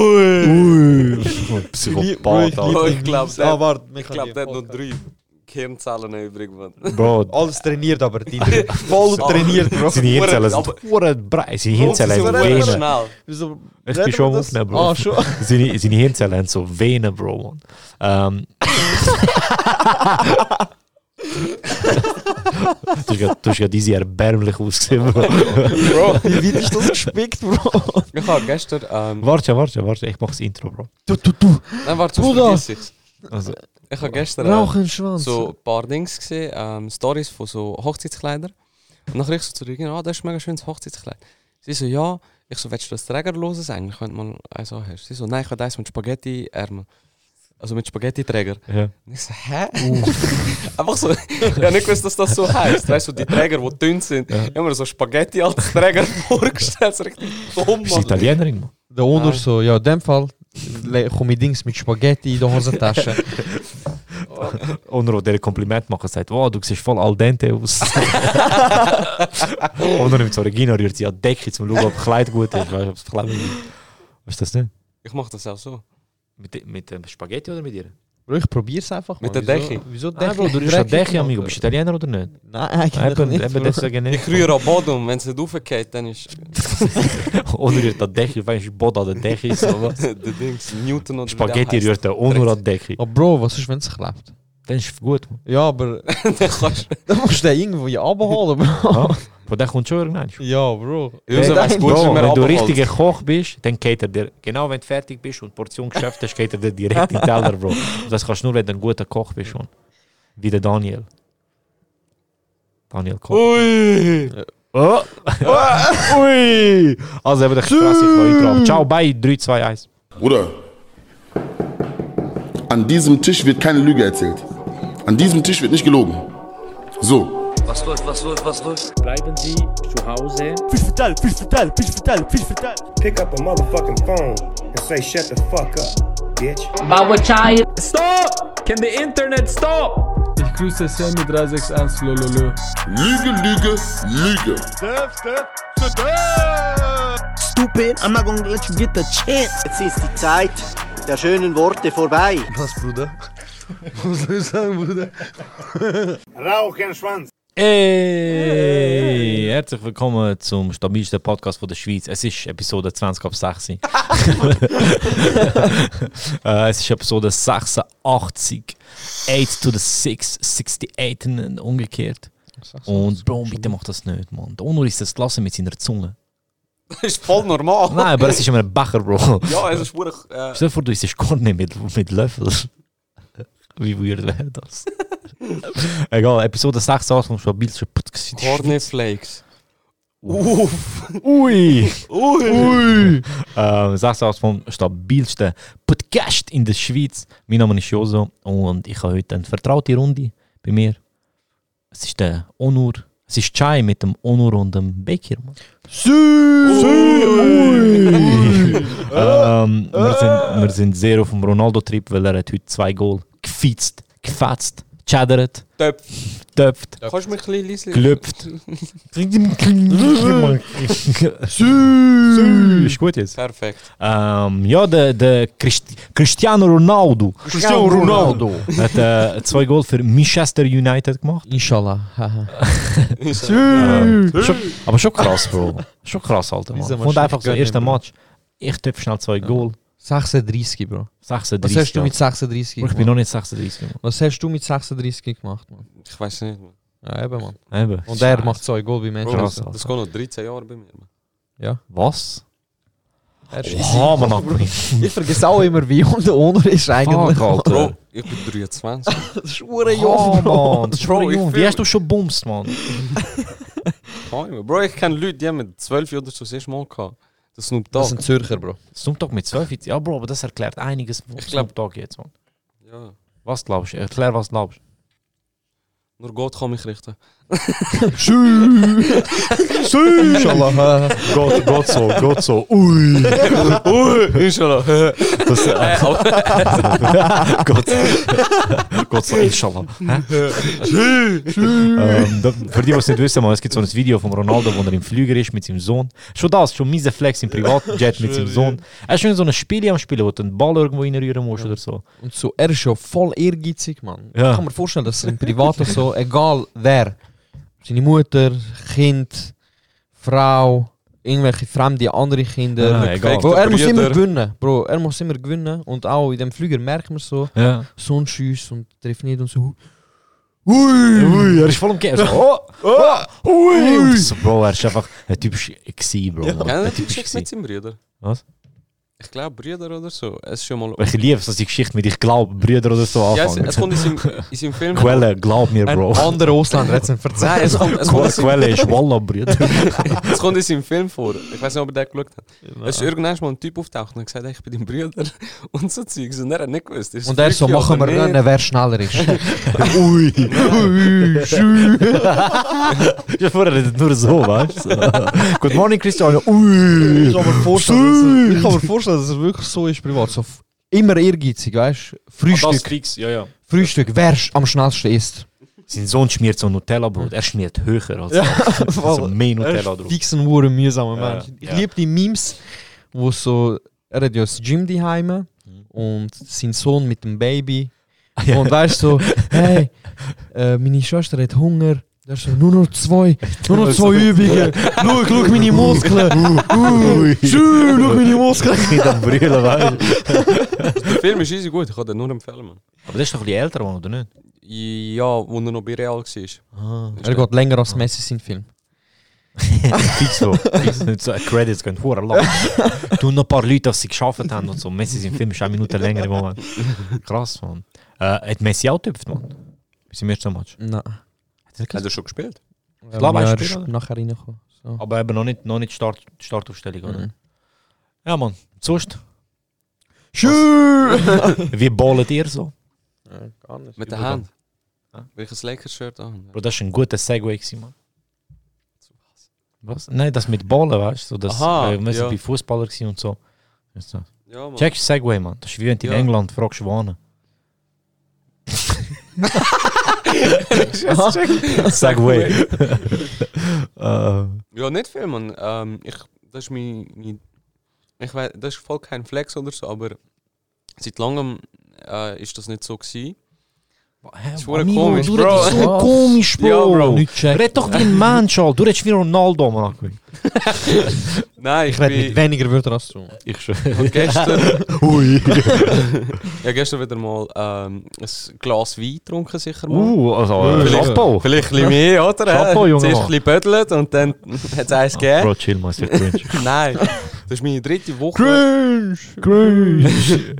Oei. Ruhig, Psychopaat, lieber. Alter. Oh, ich glaub, Ah, der- warte, wir Ich glaube, der hat noch können drei Gehirnzellen übrig, man. Bro, Alles trainiert, aber die voll Sorry. trainiert, Bro. seine Hirnzellen sind Aber- verdammt breit. Seine Hirnzellen Sind haben aber- super Venen. schnell. Wieso Ich reden bin wir schon am das? Aufnehmen, Bro. Ah, schon. Seine, seine Hirnzellen haben so Venen, Bro. Mann. Ähm. du hast grad- du hast gerade easy erbärmlich ausgesehen, Bro. Bro, Wie weit ist das gespickt, Bro? ich habe gestern. Ähm, Warte, warte, warte. Ich mach das Intro, Bro. Du, du, du. nein, warte, sonst Bruder. vergiss ich's. Also, Ich habe gestern. ähm, Rauchenschwanz. so ein paar Dings gesehen, ähm, Stories von so Hochzeitskleidern. Und dann rief ich so zu Regina, ah, das ist ein mega schönes Hochzeitskleid. Sie so, ja. Ich so, willst du das Trägerlose sein? Ich könnte mal eins haben. Sie so, nein, ich habe eins mit Spaghetti-Ärmel. Also mit Spaghetti-Träger. ja. Und ich so, hä? Einfach so, ich habe nicht gewusst, dass das so heißt. Weißt du, die Träger, die dünn sind. Ich habe mir so Spaghetti als Träger vorgestellt. So richtig dumm, Bist du Mann. Italienerin, Mann? Der Owner so, ja, in dem Fall le- komme ich Dings mit Spaghetti in der Hosentasche. Ohne der ein Kompliment machen sagt, wow, du siehst voll al dente aus. Ohne nimmt so Regina, rührt sie an die Decke, zum schauen, ob das Kleid gut ist. Weißt du, ob das Kleid gut ist. Weißt du das nicht? Ich mache das auch so. Mit, mit dem eh, Spaghetti oder mit dir? Bro, ich probiere es einfach Mit Mann. der Wieso- Decke. Wieso Nein, Bro, Decke? du rührst an die Decke, Decke, amigo. Bist du Italiener oder nicht? Nein, eigentlich Eben, nicht. eben Bro. deswegen Ich nicht. rühre am Boden und wenn es nicht raufgeht, dann ist Ohne rührt an die Decke, weißt du, Bod an der Decke ist. so was. der Dings Newton oder wie der Spaghetti heisst. rührt er ohne an die Decke. Aber Oh, Bro, was ist, wenn es klebt? Dann ist es gut. Mann. Ja, aber Dann kannst dann musst du den irgendwo hier abholen, Bro. Ja? Von dem kommt schon irgendwann. Ja, Bro. Ja, so Hey, weiss gut, Bro, wie man wenn du runterholt. richtiger Koch bist, dann geht er dir, genau wenn du fertig bist und die Portion geschafft hast, geht er dir direkt in den Teller, Bro. Das kannst du nur, wenn du ein guter Koch bist. Schon. Wie der Daniel. Daniel Koch. Ui! Oh. Ui! Also eben, ich stress dich noch eintragen. Ciao, bye, 3, 2, 1. Bruder, an diesem Tisch wird keine Lüge erzählt. An diesem Tisch wird nicht gelogen. So. Was läuft, was läuft, was läuft? Bleiben Sie zu Hause. pick up a motherfucking phone and say, shut the fuck up, bitch. Bauer Child. Stop! Can the internet stop? Ich grüße Sammy 361 Lololo. Lüge, Lüge, Lüge. stupid. I'm not gonna let you get the chance. Jetzt ist die Zeit der schönen Worte vorbei. Rauchenschwanz. Hey! Herzlich willkommen zum stabilsten Podcast von der Schweiz. Es ist Episode 20 ab 6. äh, es ist Episode 86. 8 to the 6, 68 und umgekehrt. Und Bro, bitte mach das nicht, Mann. Der Onur ist das gelassen mit seiner Zunge. Das ist voll normal. Nein, aber es ist immer ein Becher, Bro. Ja, es ist wirklich. Äh, Stell dir vor, du isst Korn mit, mit Löffel. Wie weird wäre das? Egal, Episode 86 vom stabilsten Podcast. in der Schweiz. Cornflakes. Ui! Ui! Ui! Ähm, sag's aus vom stabilsten Podcast in der Schweiz. Mein Name ist Joso und ich habe heute eine vertraute Runde bei mir. Es ist der Onur. Es ist Chai mit dem Onur und dem Bekir. Mann. Ähm, wir, sind, wir sind sehr auf dem Ronaldo-Trip, weil er hat heute zwei Goal gefitzt, gefetzt, cheddert, Töpf. töpft, Kannst du mich ein bisschen leise. gelöpft. ist gut jetzt. Perfekt. Ähm, ja, der, der Christi Cristiano Ronaldo. Cristiano Ronaldo. Hat äh, zwei Goal für Manchester United gemacht. Inshallah. Haha. Ähm, schon, aber schon krass, Bro. Schon krass, Alter. Wieso Mann. machst Und du einfach nicht so, gönnen, erster Bro? Match. Ich tippe schnell zwei Goal. 36, Bro. 36. Was hast du mit Alter. 36 Bro, gemacht? Ich bin noch nicht 36. Mann. Was hast du mit 36 gemacht, Mann? Ich weiß nicht. Mann. Ja, eben, Mann. Eben. Und er Scheiße. macht zwei Goal bei Bro, das, Manchester. das geht noch 13 Jahre bei mir. Mann. Was? Er ist- Oha, Oh, man hat Ich vergesse auch immer, wie jung der Owner ist eigentlich. Fuck, Alter. Bro, ich bin 23. Das ist hure Oh, Mann. das ist Bro, voll ich jung. Wie fühl- hast du schon bumst, Mann? Keine Ahnung. Bro, ich kenne Leute, die haben mit 12 oder so das erste Mal gehabt. Das Snoop Das Dogg. sind Zürcher, Bro. Snoop Dogg mit 12. Ja, Bro, aber das erklärt einiges. von Ich glaub- Snoop Dogg jetzt, Mann. Ja. Was glaubst du? Erklär, was glaubst du? Nur Gott kann mich richten. Schön. Schön. Gott, Gott so, Gott so. Ui. Inshallah. Das, äh, Gott, Gott sei Inshallah. ähm, da, für die, die es nicht wissen, man, es gibt so ein Video von Ronaldo, wo er im Flüger ist mit seinem Sohn. Schon das, schon miese Flex im Privatjet mit seinem Sohn. Er ist schon so ein Spiel am Spielen, wo du den Ball irgendwo reinrühren musst oder so. Und so, er ist schon voll ehrgeizig, Mann. Ja. Ich kann mir vorstellen, dass er im Privaten so, egal wer, seine Mutter, Kind, Frau, irgendwelche fremde, andere Kinder. Ja, egal. Bro, er muss immer Brüder. gewinnen. Bro, er muss immer gewinnen. Und auch in dem Flüger merkt man so, Ja. Sohn schießt und trifft nicht und so. Ui, ui, er ist voll am Gehen. Er ist so, Oh, oh, ui. Und so, Bro, er ist einfach ein typisch Xe, Bro. Mann. Ja, Ein natürlich typisch schickst Xe. mit seinem Bruder. Was? Ich glaube, Brüder oder so. Es ist schon mal. Weil Ich liebe, dass die Geschichte mit ich glaube, Brüder oder so Ja, es, anfangen. es kommt in seinem, in seinem Film. Quelle, glaub mir, Bro. anderer Ausländer hat es ihm Nein, es kommt, es, kommt in seinem, Quelle ist Wallah, Brüder. es kommt in seinem Film vor. Ich weiß nicht, ob er den geschaut hat. Es ist irgendwann mal ein Typ auftaucht und hat gesagt, hey, ich bin dein Bruder. Und so Zeugs. Und er hat nicht gewusst. ist Und er es so, wirklich machen wir oder nicht. rennen, wer schneller ist. Ui, ui, Ja, vorher redet nur so, weißt du? Good morning, Christian. Ui. Ich kann mir vorstellen, dass er, ich kann mir vorstellen, dass er wirklich so ist privat. So f- immer ehrgeizig, weißt du? Frühstück, fix, ja, ja. Frühstück, wer sch- am schnellsten isst. Sein Sohn schmiert so Nutella-Brot. Er schmiert höher als ja, also mehr Nutella drauf. Fix ein hure mühsamer Ja, Mensch. Ich ja. liebe die Memes, wo so, er hat ja das Gym daheim und sein Sohn mit dem Baby. Und weißt du, so, hey, äh, meine Schwester hat Hunger. Da ist so, nur noch zwei, nur noch zwei Übungen. Schau, schau meine Muskeln. Ui. Schau, schau meine Muskeln. Nicht am Brüllen, weißt du? Der Film ist easy gut. Ich kann den nur empfehlen. Mann. Aber das ist doch ein bisschen älter, Mann, oder nicht? Ja, wo er noch bei Real war. Er geht länger als Messi sein Film. Fix so. Fix nicht so. Credits gehen hoher lang. Tun noch ein paar Leute, dass sie geschafft haben und so. Messi sein Film ist eine Minute länger im Moment. Krass, Mann. Äh, hat Messi auch getöpft, Mann? Bis im ersten Match. Nein. Hat er schon gespielt? Ich glaube, ja, er er ist ist Spieler. nachher reingekommen. So. Aber eben noch nicht, noch nicht Start, Startaufstellung, oder? Mhm. Ja, Mann. Sonst, Schön! wie ballet ihr so? Mit der Hand. Will ich ein Lakers-Shirt an? Bro, das war ein guter Segway, gewesen, Mann. Was? Nein, das mit Ballen, weißt du? So, das, Aha, äh, wir sind ja. bei Fußballer gewesen und so. Weißt du? Ja, Mann. Checkst Segway, Mann. Das ist wie wenn du in Ja. England fragst, wohnen. Segway. Äh, Ja, nicht viel, man. Ähm, ich, das ist mein, mein ich weiß, das ist voll kein Flex oder so, aber seit langem äh, ist das nicht so gewesen. Hä, wurde Milo, komisch, du Bro. redest so komisch, Bro. Ja, Bro. Nicht checken. Red doch wie ein Mensch, Alter. Du redest wie Ronaldo, Mann. Nein, ich, Ich rede mit bin weniger Wörtern als du. Ich schwöre. und gestern, Ui. ja, gestern wieder mal ähm, ein Glas Wein getrunken, sicher mal. Uh, also, Vielleicht- Chapeau. Vielleicht ein bisschen mehr, oder? Chapeau, Junge, Zuerst Mann. ein bisschen bödelt und dann hat es eins gegeben. Bro, chill, mal, ist ja cringe. Nein, das ist meine dritte Woche. Cringe! Cringe!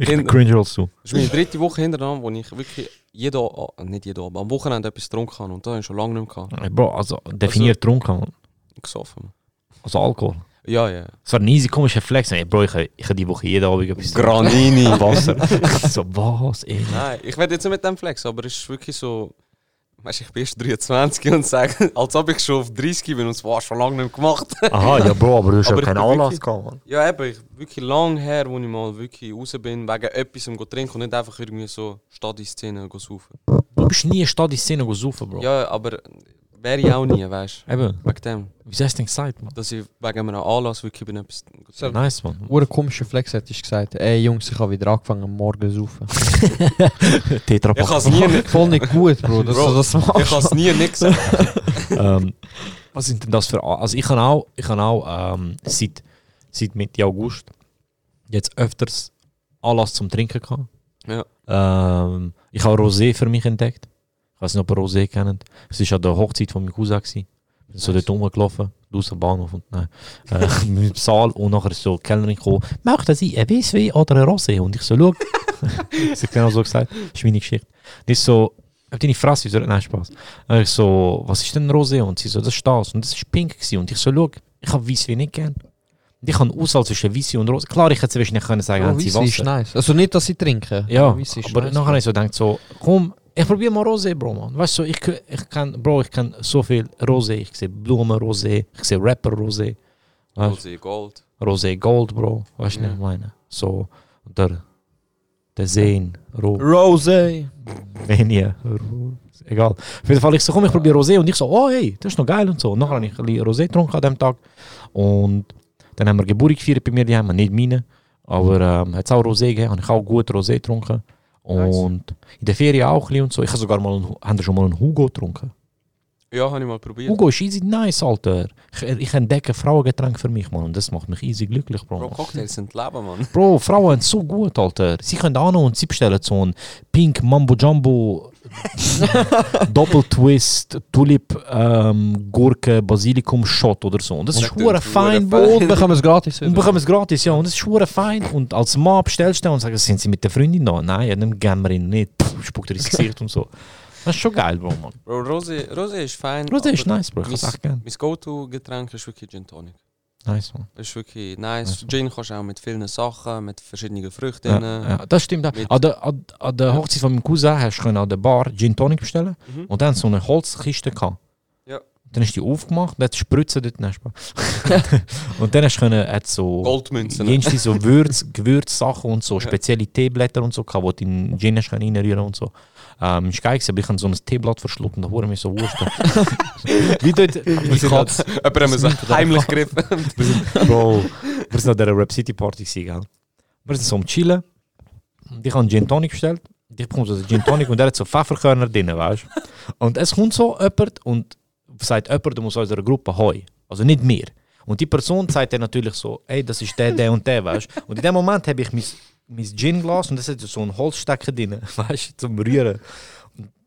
Ich bin cringe als du. Das ist meine dritte Woche hintereinander, wo ich wirklich jeden, Ab- nicht jeden Abend, am Wochenende etwas getrunken habe. Und das habe ich schon lange nicht mehr gehabt. Bro, also definiert trunken, man. Gesoffen. Mann. Also Alkohol. Ja, ja. Es war ein easy komischer Flex. Ey, Bro, ich, ich habe die Woche jeden Abend etwas Granini. Wasser. so, was? Ey. Nein, ich werde jetzt nicht mit dem Flex, aber es ist wirklich so. Weißt du, ich bin erst 23 und sage, als ob ich schon auf 30 bin und es war schon lange nicht gemacht. Aha, ja, Bro, dus aber du hast ja Aber ich keinen bin Anlass wirklich- gehabt, man. ja, eben, ich, wirklich lang her, wo ich mal wirklich raus bin, wegen etwas und trinken und nicht einfach irgendwie so Stadi-Szene go saufen. Du bist nie in Stadt in Szene gesoffen, Bro. Ja, aber wäre ich auch nie, weißt du? Eben, Wegen dem. wieso hast du denn gesagt, man? Dass ich wegen einem Anlass wirklich bin etwas. Nice, man. Wo ein komischer Flex hat ist gesagt, ey Jungs, ich habe wieder angefangen am Morgen zu saufen. Tetra Ich kann es nie, Voll, voll nicht gut, Bro, dass Bro, du das machst. ich has nie nicht gesagt. ähm, was sind denn das für. A- Also, ich kann auch, ich kann auch ähm, seit, seit Mitte August jetzt öfters Anlass zum Trinken gehabt. Ja. Ähm, ich habe Rosé für mich entdeckt. Ich weiß nicht, ob ihr Rosé kennt. Es war an der Hochzeit von meinem Cousin. gewesen. Wir sind so dort rumgelaufen, aus dem Bahnhof und nein. Äh, mit dem Saal und nachher ist so die Kellnerin gekommen, möchten Sie ein Weißwein oder ein Rosé? Und ich so, schau. Sie hat genau so gesagt, das ist meine Geschichte. Und ich so, hab deine Fresse, wieso? Nein, Spaß. Und ich so, was ist denn Rosé? Und sie so, das ist das. Und das ist pink gewesen. Und ich so, schau, ich habe Weißwein nicht gern. Und ich habe Auswahl zwischen Weißwein und Rosé. Klar, ich hätte es nicht können sagen, Bro, haben sie Weisswein Wasser. ist nice. Also nicht, dass ich trinke. Ja, Weisswein ist aber nice, nachher habe ich so gedacht, so, komm, Ich probiere mal Rosé, Bro, man. Weißt du, ich, ich kann, Bro, ich kann so viel Rosé. Ich sehe Blumen Rosé, ich sehe Rapper Rosé. Weißt Also Gold. Rosé Gold, Bro. Weißt du, Ja. was ich meine? So, der, der Seen, Ro, Rosé. Venia, Ro- egal. Auf jeden Fall, ich so, komm, ich probiere Rosé. Und ich so, oh, hey, das ist noch geil und so. Und nachher habe ich ein bisschen Rosé getrunken an dem Tag. Und dann haben wir Geburt gefeiert bei mir, die haben nicht meine. Aber ähm, hat es auch Rosé gegeben, habe ich auch gut Rosé getrunken. Und in der Ferien auch ein bisschen und so. Ich habe sogar mal, einen, haben schon mal einen Hugo getrunken. Ja, habe ich mal probiert. Hugo ist easy nice, Alter. Ich, ich entdecke Frauengetränk für mich, Mann. Und das macht mich easy glücklich, Bro. Bro, Cocktails sind Leben, Mann. Bro, Frauen sind so gut, Alter. Sie können auch noch und sie bestellen so ein Pink Mambo Jumbo Doppeltwist Tulip ähm, Gurke Basilikum Shot oder so. Und das ist Und hure klingt fein, hure Bro. Und bekommen es gratis. Und bekommen es gratis, ja. Und das ist hure fein. Und als Mann bestellst du und sagst, sind sie mit der Freundin da? Nein, ja, dann gehen wir ihn nicht. Puh, spuckt er ins Gesicht und so. Das ist schon geil, Bro, Mann. Bro, Rosé, Rosé ist fein. Bro, das ist aber nice, Bro. Ich hab's echt gern. Mein Go-To-Getränk ist wirklich Gin Tonic. Nice, Mann. Das ist wirklich nice. Gin kannst du auch mit vielen Sachen, mit verschiedenen Früchten. Ja, äh, ja, das stimmt. auch. mit- An der, an, an der Hochzeit von meinem Cousin hast du können an der Bar Gin Tonic bestellen Mhm. und dann so eine Holzkiste gehabt. Ja. Dann hast du die aufgemacht und hat Spritzen dort nein, Spaß. Und dann hast du können, hat so Goldmünzen. jenste so Würz, Gewürzsachen und so Ja. spezielle Teeblätter und so gehabt, wo du in Gin hast können reinrühren und so. Ähm, ist geil gewesen, aber ich habe so ein Teeblatt verschluckt und da wurde mir so wurscht. Wie dort, ich hab's- Jemand hat mir so heimlich gegriffen. wir sind, Bro, wir sind an dieser Rap City Party gewesen, gell? Wir sind so am Chillen. Und ich habe einen Gin Tonic bestellt. Und Ich bekomme so den Gin Tonic und der hat so Pfefferkörner drin, weißt du? Und es kommt so jemand und sagt jemand aus unserer Gruppe Hoi. Also nicht mir. Und die Person sagt dann natürlich so, ey, das ist der, der und der, weißt du? Und in dem Moment habe ich mein, mein Gin-Glas und das hat so einen Holzstecker drin, weißt du, zum Rühren.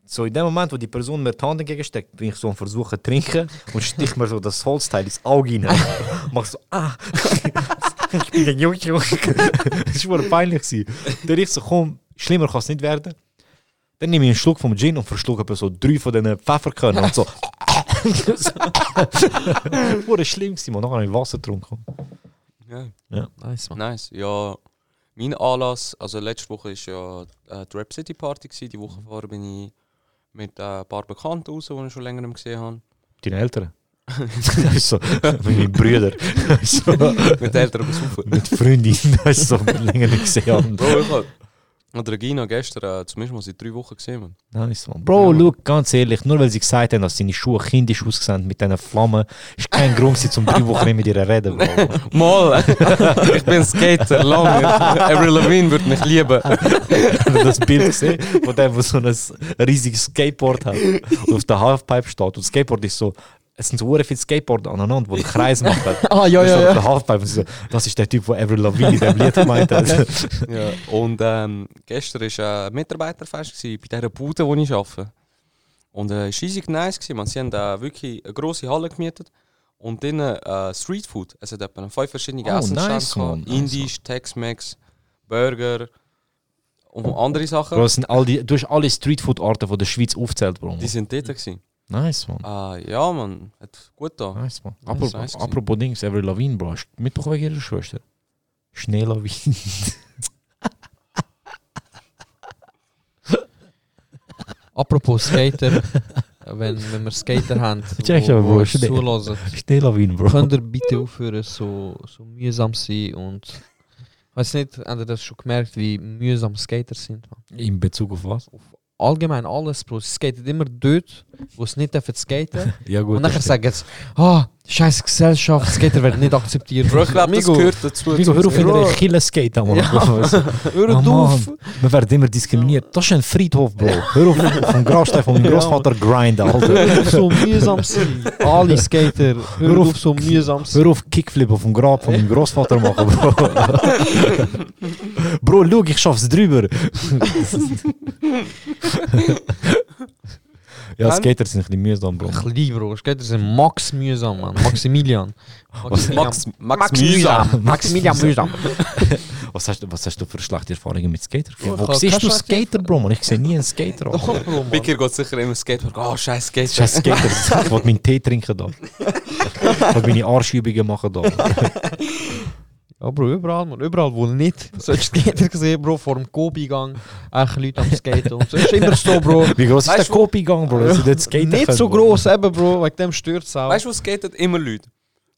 So in dem Moment, wo die Person mir die Hand entgegensteckt, bin ich so am Versuchen zu trinken und stich mir so das Holzteil ins Auge rein. Mach so, ah, ich bin ein Junge. Das war peinlich. gewesen. Dann ich so, komm, schlimmer kann es nicht werden. Dann nehme ich einen Schluck vom Gin und verschlucke etwa so drei von diesen Pfefferkörnern und so. Das war schlimm, gewesen, man. Nachher habe ich Wasser getrunken. Ja, Nice, Mann. nice. Ja, mein Anlass, also letzte Woche war ja äh, die Rap City Party. Gewesen. Die Woche vorher bin ich mit äh, ein paar Bekannten raus, die ich schon länger nicht gesehen habe. Deine Eltern? so, meine Brüder. so, Mit den Eltern besuchen. mit Freundin. so, länger nicht gesehen. haben. Bro, ich hab- hab die Regina gestern äh, zum ersten Mal seit drei Wochen gesehen. Mann. Nice, man. Bro, look, ganz ehrlich, nur weil sie gesagt haben, dass seine Schuhe kindisch aussehen mit diesen Flammen, ist kein Grund, sie zum drei Wochen nicht mit ihr zu reden, Bro. Mal! ich bin Skater, lange. eh, Avril Lavigne würde mich lieben. Habt ihr das Bild gesehen, wo der wo so ein riesiges Skateboard hat und auf der Halfpipe steht. Und das Skateboard ist so, es sind so hure viele Skateboarder aneinander, die einen Kreis machen. Ah, ja, Und so ja, auf ja. der Halfpipe und so, das ist der Typ, der Avril Lavigne in dem Lied gemeint hat. Ja, und ähm, gestern war ein Mitarbeiterfest gewesen, bei dieser Bude, wo ich arbeite. Und es äh, war riesig nice. Gewesen, man. Sie haben äh, wirklich eine grosse Halle gemietet und dann äh, Streetfood. Es hat etwa fünf verschiedene Oh, nice, Essensstände. Mann, gehabt. nice, Indisch, Tex-Mex, Burger und andere Sachen. Bro, das sind all die, du hast alle Streetfood-Arten von der Schweiz aufgezählt, Bro. Die sind dort. Gewesen. Nice, man. Äh, ja, man, hat gut da. Nice, man. Nice, Apropos, nice gewesen. apropos Dings, Avril Lavigne, Bro, hast du mitbekommen wegen ihrer Schwester? Schneelawine. Apropos Skater. wenn, wenn wir Skater haben, Check ja, wo uns ist der? zulassen, Schneelawine, Bro. könnt ihr bitte aufhören, so, so mühsam zu sein und... Ich weiß nicht, habt ihr das schon gemerkt, wie mühsam Skater sind? Mann? In Bezug auf was? Allgemein alles, Bro. Sie skaten immer dort, wo sie nicht dürfen skaten. Ja, gut. Und nachher das- sagen sie, ah, scheiß Gesellschaft, Skater werden nicht akzeptiert. Bro, ich glaube, das Amigo, gehört dazu. Migo, hör auf, Bro. wieder ein Killer-Skate an, Mann. Hör Oh, auf! Mann. Wir werden immer diskriminiert. Das ist ein Friedhof, Bro. Hör auf, vom Grabstein von meinem Großvater grinden, Alter. Hör auf so mühsam zu sein. Alle Skater, hör auf so mühsam zu sein. Hör auf, Kickflip auf dem Grab von meinem Großvater machen, Bro. Bro, schau, ich schaff's drüber. ja, Skater sind ein bisschen mühsam, Bro. Ich liebe, Bro. Skater sind Max mühsam, Mann. Maximilian. Max, Max, Max Mühsam. mühsam. Maximilian mühsam. Was hast, du- was hast du für schlechte Erfahrungen mit Skater? ich Wo hab siehst keine du schlechte Skater, Bro? Mann? Ich sehe nie einen Skater. Alter. Doch, Bro, Mann. Bicker geht sicher immer Skateboard. Oh, scheiß Skateboard. Scheiß Skater, ich wollte meinen Tee trinken da. Ich wollte meine Arschübungen machen da. Ja, Bro, überall, man. Überall, wo nicht. So hast du Skater gesehen, Bro, vor dem Kobi-Gang. Echt Leute am Skaten und so. Ist immer so, Bro. Wie groß ist Weißt der du- Kopi-Gang, Bro? dass sie dort skaten Nicht können, so Bro? gross eben, Bro. Wegen dem stürzt es auch. Weißt du, wo skatet immer Leute?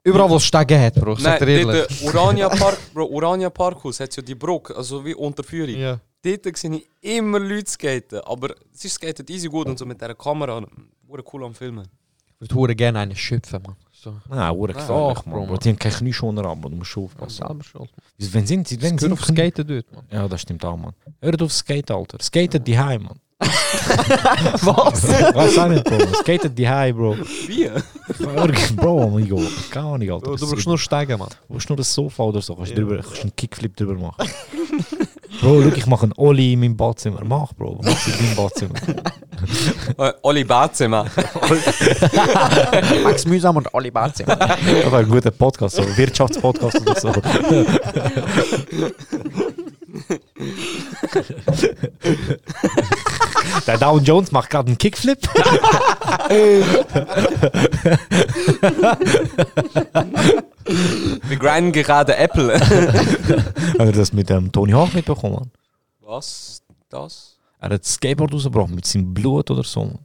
Überall, wo es Stegen hat, Bro. Sag dir Nein, ehrlich. dort, äh, Urania Park, Bro, Urania Parkhaus hat ja die Brücke, also wie unter Führung. Ja. Dort sehe ich immer Leute skaten, aber sie skaten easy gut und so mit dieser Kamera. Wurde cool am Filmen. Ich würde hure gerne einen schöpfen, man. So. Nein, hure Ach, gefährlich, Bro, Bro. Mann. Bro. Die haben keine Knieschoner an, Mann. Du musst aufpassen. Selber schuld. Wenn sind sie... Wenn Gehört sind auf Skaten dort, man. Ja, das stimmt auch, Mann. Hört auf Skaten, Alter. Skatet die High, Mann. Was? Was auch nicht, Bro. Skatet die High, Bro. Wie? Irgendwie, Bro, amigo. Keine Ahnung, Alter. Du brauchst nur Stegen, man. Du brauchst nur ein Sofa oder so. Kannst, drüber, kannst einen Kickflip drüber machen. Bro, schau, ich mache einen Olli in meinem Badzimmer. Mach, Bro. Mach in deinem Badzimmer. Äh, Oli Bazema. Max Mühsam und Oli Barzim. Das war ein guter Podcast, so ein Wirtschaftspodcast oder so. Der Down Jones macht gerade einen Kickflip. Wir grinden gerade Apple. Hat er das mit dem Tony Hawk mitbekommen? Mann? Was? Das? Er hat das Skateboard rausgebracht mit seinem Blut oder so. Mann.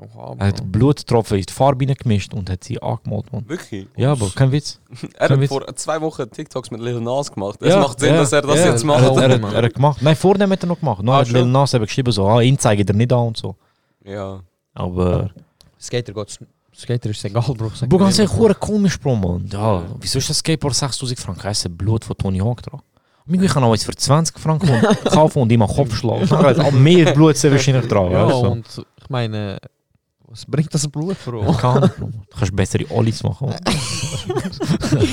Oha, Er hat Bluttropfen in die Farbe gemischt und hat sie angemalt. Mann. Wirklich? Ja, aber kein Witz. Er Kein hat Witz. vor zwei Wochen TikToks mit Lil Nas gemacht. Ja, es macht Sinn, ja, dass er das ja. Also, jetzt Er macht. hat, er, hat, er hat gemacht. Nein, vorne hat er noch gemacht. Nein, Ah, hat schon? Lil Nas eben geschrieben, so, ah, ihn zeige ich dir nicht an und so. Ja. Aber. Skater geht's. Skater ist egal, Bro. Sag Bro, dir ganz ehrlich, ehrlich, hure komisch, Bro, Mann. Ja, wieso ist das Skateboard 6000 Franken? Es ist Blut von Tony Hawk dran. Amigo, ich kann auch eins für 20 Franken und kaufen und ihm einen Kopf schlagen. Dann hat auch mehr Blut sehr wahrscheinlich dran. Ja, weißt du? und ich meine, was bringt das Blut, Bro? Keine Ahnung, Bro. Du kannst bessere Ollies machen. Mann.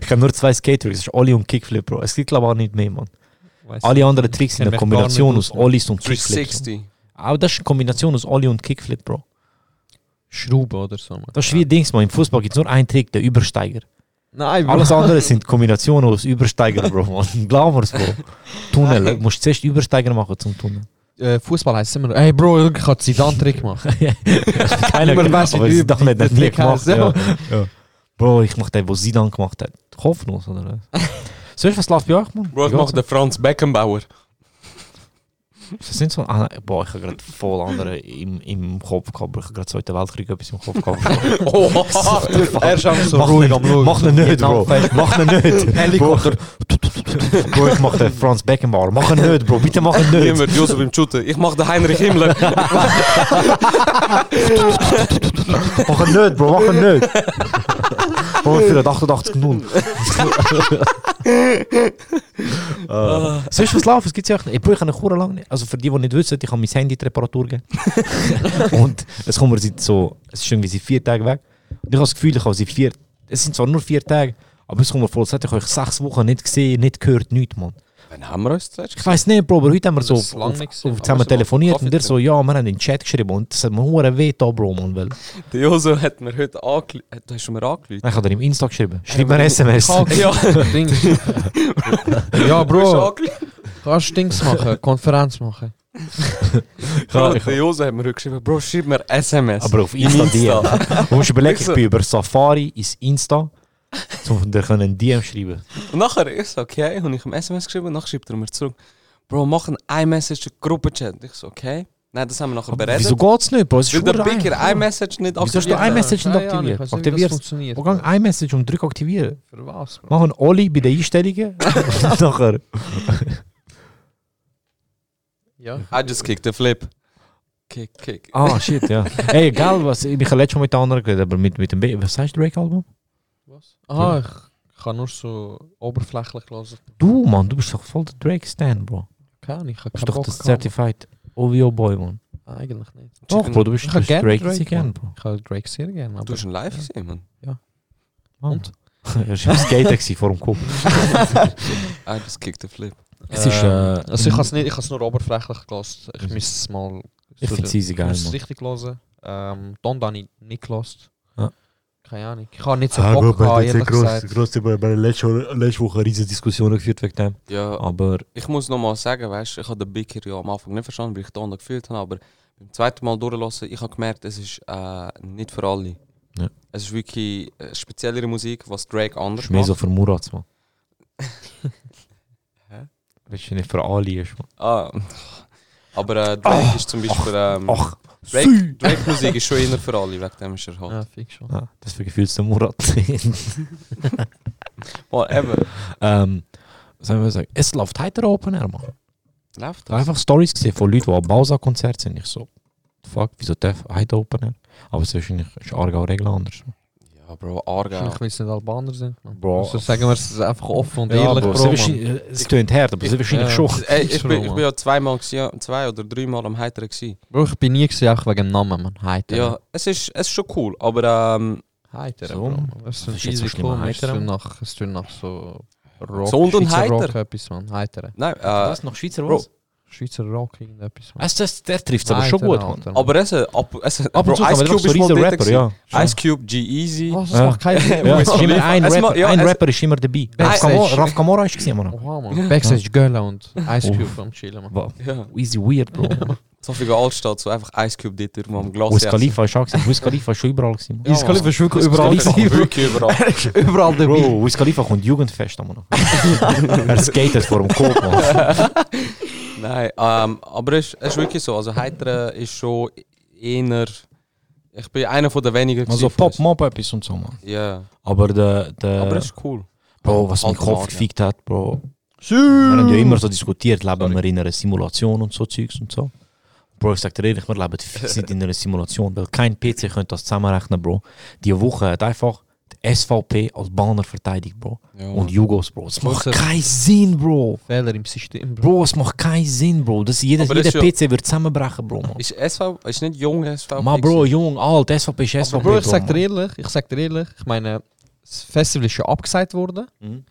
ich kann nur zwei Skate-Tricks. Das ist Ollie und Kickflip, Bro. Es gibt, glaube ich, auch nicht mehr, Mann. Weiss Alle anderen Tricks sind Kenn eine mich gar Kombination aus nicht aus. Ollies und Kickflips. 360. Aber das ist eine Kombination aus Ollie und Kickflip, Bro. Schrauben oder so. Man. Das ist wie Dings, man. Im Fußball gibt es nur einen Trick, der Übersteiger. Nein, Bro. Alles andere sind Kombinationen aus Übersteiger, Bro. Mann. Glaub mir's, Bro. Tunnel. Du musst zuerst Übersteiger machen zum Tunnel. Äh, Fußball heißt immer, hey Bro, ich kann Zidane-Trick machen. Keiner Niemand weiß, wie aber du sie doch nicht, den hat nie Trick gemacht. hast, ja. Ja. Ja. Bro, ich mach den, was sie dann gemacht hat. Hoffnung, oder was? Sonst, was läuft bei euch, Mann? Bro, ich Die mache den Franz Beckenbauer. Das sind so, ah, nein, boah, ich habe gerade voll andere im, im Kopf gehabt. Bro. Ich habe gerade Zweiten Weltkrieg etwas im Kopf gehabt. Bro. Oh, Oha! er ist einfach so mach ruhig nicht, am Schauen. mach ihn nicht, Bro. Mach ihn nicht. Helikopter. Bro. Bro, ich mach den Franz Beckenbauer. Mach ihn nicht, Bro. Bitte mach ihn nicht. Immer Josef im Schutte. Ich mache den Heinrich Himmler. Mach ihn nicht, Bro. Mach ihn nicht. Bro, für den 88 0. Uh, sonst was laufen, es gibt's ja echt nicht. Ich brauche eine Kur lang nicht. Also für die, die nicht wissen, ich habe mein Handy die Reparatur gegeben. und es kommen wir seit so, es ist irgendwie seit vier Tagen weg. Dus Und ich habe das Gefühl, ich habe seit vier, es sind zwar nur vier Tage, aber es kommt mir vor, als hätte ich euch sechs Wochen nicht gesehen, nicht gehört, nichts, Mann. Wann haben wir uns zuletzt Ich weiß nicht, Bro, aber heute haben wir so Das ist auf, lang auf, nicht gewesen. zusammen Aber telefoniert so und der so, ja, wir haben in den Chat geschrieben und das hat mir hure weh da, Bro, Mann, weil Der Joso hat mir heute angelüht. Du hast schon mir angelüht. ich habe ihm Insta geschrieben. Schreib mir SMS. Ja, Ding. ja, du hast Bro, angelüht. kannst Dings machen, Konferenz machen. Ja, ich- Der Joso hat mir heute geschrieben, Bro, schreib mir SMS. Aber auf Ah, Insta DM. Insta. Du musst überlegen, Ich ich so- bin über Safari ins Insta, um dir einen DM schreiben. Und nachher, ich so, okay, habe ich ihm SMS geschrieben und nachher schreibt er mir zurück. Bro, mach einen iMessage-Gruppenchat. Ich so, okay. Nein, das haben wir nachher beredet. Ah, Wieso geht's nicht, Bro? Es Weil ist der hure Big ihr einfach. iMessage nicht Wieso hast du aktiviert hat. iMessage nicht Keine Ahnung, aktiviert? ich weiß nicht, wie das Aktivierst funktioniert. du? Gang iMessage und drück aktivieren. Für was, Bro? Machen alle bei den Einstellungen. und nachher. Ja. I just kicked the flip. Kick, kick. Ah, shit, ja. Ey, egal, was, ich habe letztes Mal mit den anderen geredet, aber mit, mit dem B. Was heißt Drake-Album? Was? Aha, ich kann nur so oberflächlich hören. Du, Mann, du bist doch voll der Drake-Stan, Bro. Keine, ich Du habe bist keinen doch Bock das gehabt. Certified OVO-Boy, Mann. Eigentlich nicht. Doch, Bro, du bist, Ich du hab bist gern Drake, Drake, Drake gern, Mann. Bro. Ich habe Drake sehr gerne, Du aber... hast ihn live gesehen, Mann. Und? Er war im Skater gewesen, vor dem Kopf. I just kicked the flip. Es ist, äh, also ich habe es nicht, ich habe es nur oberflächlich gelassen. Ich müsste es mal... Ich so- finde es easy Ich geil, muss es Mann. richtig hören. Ähm, Donda habe ich nicht gelassen. Ja. Keine Ahnung. Ich habe nicht so Ah, Bock gehabt, ehrlich gesagt. über letzte, letzte Woche riesige Diskussionen geführt wegen dem. Ja, Aber ich muss nochmal sagen, weißt, ich habe den Big hier ja am Anfang nicht verstanden, weil ich da gefühlt habe, aber beim zweiten Mal durchlassen, ich habe gemerkt, es ist äh, nicht für alle. Ja. Es ist wirklich äh, speziellere Musik, eh, was Drake anders ist mehr macht. so für Murats, Mann. Willst du nicht für anliest? Ah. Aber äh, Drake ist zum Beispiel. Ähm, Ach, Drake, Drake Musik ist schon immer für alle, wegen dem ist er hot. Ja, fix schon. Ah, das für Gefühl zum Murat. Whatever. ähm, was soll man sagen? Es läuft heute Open Air, Mann. Läuft Da einfach Stories gesehen von Leuten, die am Bausa-Konzert sind. Ich so, fuck, wieso darf heute Open Air? Aber es ist wahrscheinlich ist Aargau Regel anders. Ja, Bro, Aargau. Wahrscheinlich, weil es nicht Albaner sind. man. Bro. Also sagen wir es einfach offen und Ja, ehrlich, Bro, Bro. es Mann. ist- äh, es tönt hart, aber es ist wahrscheinlich Ja. schon. Ey, ich, bin, ich Mann. bin ja zweimal, gewesen, zwei oder dreimal am Heiter. Gewesen. Bro, ich bin nie gesehen, auch wegen dem Namen, man. Heiter. Ja, es ist, es ist schon cool, aber ähm, Heiter, So. Bro. Das ist so Das ist ein jetzt so cheesy schlimm, Klum. Es Heiter. tönt nach, es tönt nach so Rock. Gesund und Schweizer Rock heiter. etwas, man. Heiter. nein. Äh, noch Schweizer Bro. Schweizer Rock, irgendetwas, man. Es, Ah, das, der trifft es aber schon Heiter, gut. Mann. Alter, Mann. aber es, ab, es, Ab und zu kann man doch so riesen Rapper, ja. ja. Ice Cube, E G-Easy. Oh, das Ja. macht keinen Sinn. Ja, es ist immer ein Es ma- Rapper, ja, ein es- Rapper ist immer dabei. Raf Backstage. Kamora, Raf Kamora ist gesehen, Mann. Oha, Oh, man. Backstage Göller und Ice Cube am Chillen, man. Wow, Ja. Easy weird, Bro. So viel Altstadt, so einfach Ice Cube dort irgendwo am Glas. Wiz Khalifa ist auch gesehen. Wiz Khalifa ist schon überall gesehen. Ice Cube ist wirklich überall Khalifa. dabei. Wirklich überall. Er ist überall dabei. Bro, Wiz Khalifa kommt Jugendfest, Mann. er skatet vor dem Kopf, Mann. Nein, ähm, aber es, es ist wirklich so. Also Heiter ist schon eher... Ich bin einer von den wenigen. Also gewesen, von Pop-Mop etwas und so, Mann. uns. Ja, Aber der, der aber es ist cool. Eh, Bro, was mein Alter Kopf Mann, gefickt hat, Bro. Wir haben ja immer so diskutiert, leben wir in einer Simulation und so Zeugs und so. Bro, ich sag dir ehrlich, wir leben fix nicht in einer Simulation, weil kein PC könnte das zusammenrechnen, Bro. Die Woche hat einfach die SVP als Banner verteidigt, Bro. Ja, Mann. und Jugos, Bro. Es macht Muss er- keinen Sinn, Bro. Fehler im System, Bro. Bro, es macht keinen Sinn, Bro. Dus Das, jeder Aber das jeder ist PC wird zusammenbrechen, Bro. Man. Ist SV... Ist nicht jung SV. Mal, Bro, jung, alt, SVP ist SVP. Aber Bro, ich Bro, sag dir Mann. ehrlich, ich sag dir ehrlich, ich meine, das eh, Festival ist ja abgesagt worden. Mhm.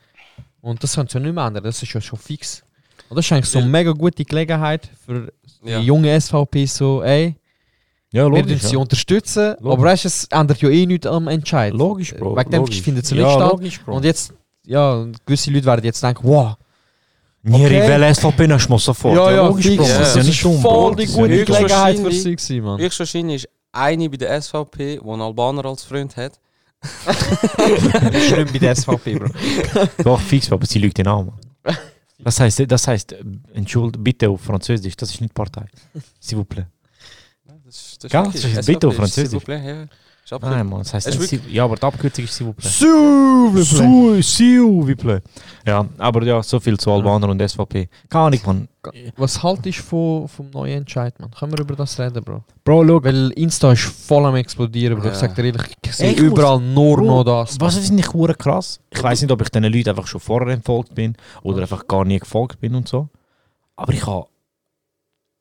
Und das können sie ja nicht mehr ändern, das ist ja schon fix. Und das ist eigentlich so eine mega gute Gelegenheit für die Ja. junge SVP, so, ey, Ja, wir dürfen logisch. sie Ja. unterstützen, Logisch. aber weißt, du, es ändert ja eh nichts am Entscheid. Logisch, Bro. Wegen dem logisch. findet sie ja, nicht statt. logisch, Bro. Und jetzt, ja, und gewisse Leute werden jetzt denken, wow, Niet Oké. rivellen SVP naar Schmosselvoort. ja, ja, logisch, fix, bro. ja. Dat is ja das niet ist stom, voll bro. die Dat is ja gute niet stom. Gelegenheit für Höchstwahrscheinlich- sie gewesen, Mann. Höchstwahrscheinlich ist eine bei der SVP, die einen Albaner als Freund hat. Schlimm bei der SVP, Bro. Wel fix, bro, maar die lügt den Namen. Das heißt, das heißt, entschuld, bitte auf Französisch, das ist nicht Partei. S'il vous plaît. Das ist, das Ja, wirklich- das ist ein SVP Bitte auf ist- s'il Französisch. vous plaît, ja. Ist Ah, abgekürzt. Nein, man, das heißt, Is nicht wirklich- Sie- ja, aber die Abkürzung ist s'il vous plaît. S'il vous S'il- S'il vous plaît. Ja, aber ja, so viel zu Albaner und SVP. Keine Ahnung, man. Was haltest du von, vom neuen Entscheid, Mann? Können wir über das reden, Bro? Bro, look. Weil Insta ist voll am explodieren, Bro. Ja. Ich sag dir ehrlich, ich sehe Ich muss- überall nur noch das. Was ist nicht hure krass? Ich weiß nicht, ob ich den Leuten einfach schon vorher entfolgt bin oder einfach gar nie gefolgt bin und so. Aber ich habe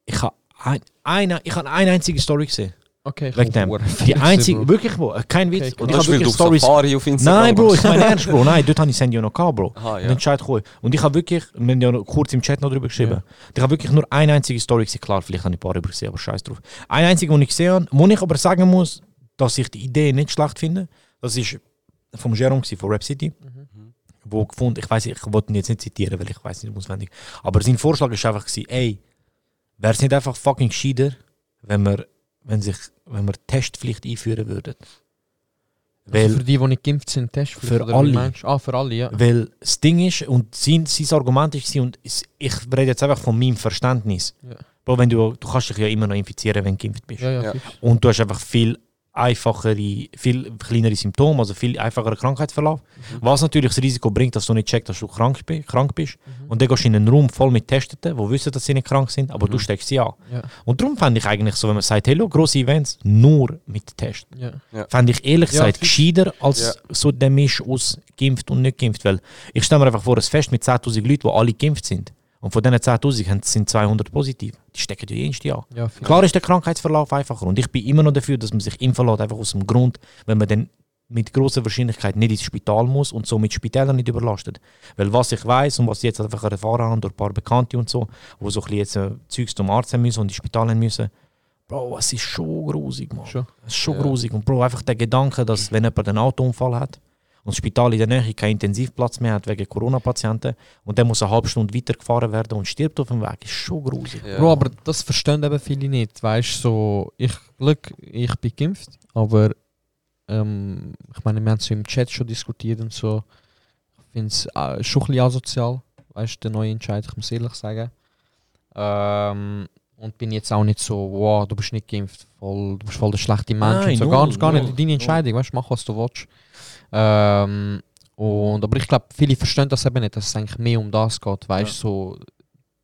ich habe ein, eine, ich habe eine einzige Story gesehen. Okay, ich Wegen dem. hab verdammt Die viel einzige, gesehen, Bro. wirklich, Bro, äh, kein Witz. Okay, und ich habe Das ist, weil du wirklich auf Stories. Safari auf Instagram Nein, Bro, bist. ich meine ernst, Bro. Nein, dort habe ich Sandy noch gehabt, Bro. Aha, Und Ah, ja. dann scheit geholt. Und ich habe wirklich, wir haben ja noch kurz im Chat noch drüber geschrieben. Ich habe wirklich nur eine einzige Story gesehen. Klar, vielleicht habe ich ein paar übersehen, aber scheiß drauf. Eine einzige, die ich gesehen habe, wo ich aber sagen muss, dass ich die Idee nicht schlecht finde, das ist vom Jerome gewesen, von Rap City. Mhm. Wo gefunden, ich weiß, ich wollte ihn jetzt nicht zitieren, weil ich weiß nicht auswendig. Aber sein Vorschlag ist einfach gewesen, ey, wäre es nicht einfach fucking gescheiter, wenn wir, wenn sich, wenn wir Testpflicht einführen würden? Also Weil, für die, die nicht geimpft sind, Test Für oder wie alle. meinst du? Ah, für alle, ja. Weil das Ding ist, und sein, sein Argument ist, und es- ich rede jetzt einfach von meinem Verständnis. Ja. Bro, wenn du, du kannst dich ja immer noch infizieren, wenn du geimpft bist. Ja, ja, Ja. fix. Und du hast einfach viel einfachere, viel kleinere Symptome, also viel einfacher Krankheitsverlauf. Mhm. Was natürlich das Risiko bringt, dass du nicht checkst, dass du krank, bi- krank bist. Mhm. Und dann gehst du in einen Raum voll mit Testeten, die wissen, dass sie nicht krank sind, aber du steckst sie an. Mhm. Ja. Und darum fände ich eigentlich so, wenn man sagt, hey, schau, grosse Events, nur mit Test Ja. fände ich ehrlich Ja, gesagt fix. gescheiter als so der Misch aus geimpft und nicht geimpft. Weil ich stelle mir einfach vor, ein Fest mit 10.000 Leuten, die alle geimpft sind. Und von diesen 10.000 haben- sind 200 positiv. Die stecken ja jedes Jahr. Ja, fix. Klar ist der Krankheitsverlauf einfacher. Und ich bin immer noch dafür, dass man sich impfen lässt, einfach aus dem Grund, wenn man dann mit großer Wahrscheinlichkeit nicht ins Spital muss und somit Spitäler nicht überlastet. Weil was ich weiß und was ich jetzt einfach erfahren habe durch ein paar Bekannte und so, wo so ein bisschen jetzt äh, Zeugs zum Arzt haben müssen und ins Spital haben müssen, Bro, es ist schon grusig, Mann. Schon. Es ist schon grusig. Und Bro, einfach der Gedanke, dass wenn jemand einen Autounfall hat und das Spital in der Nähe keinen Intensivplatz mehr hat wegen Corona-Patienten und dann muss eine halbe Stunde weitergefahren werden und stirbt auf dem Weg, ist schon grusig. Ja. Bro, aber das verstehen eben viele nicht. Weißt du, so, ich, Glück, ich bin geimpft, aber ähm, ich meine, wir haben so im Chat schon diskutiert und so. finde es äh, schon ein bisschen asozial. Weißt du, der neue Entscheid, ich muss ehrlich sagen. Ähm, und bin jetzt auch nicht so, wow, du bist nicht geimpft, voll, du bist voll der schlechte Mensch. Nein, und so null, gar, nicht- gar null, nicht deine null. Entscheidung, weißt du, mach was du willst. Ähm, und, aber ich glaube, viele verstehen das eben nicht, dass es eigentlich mehr um das geht, weißt so,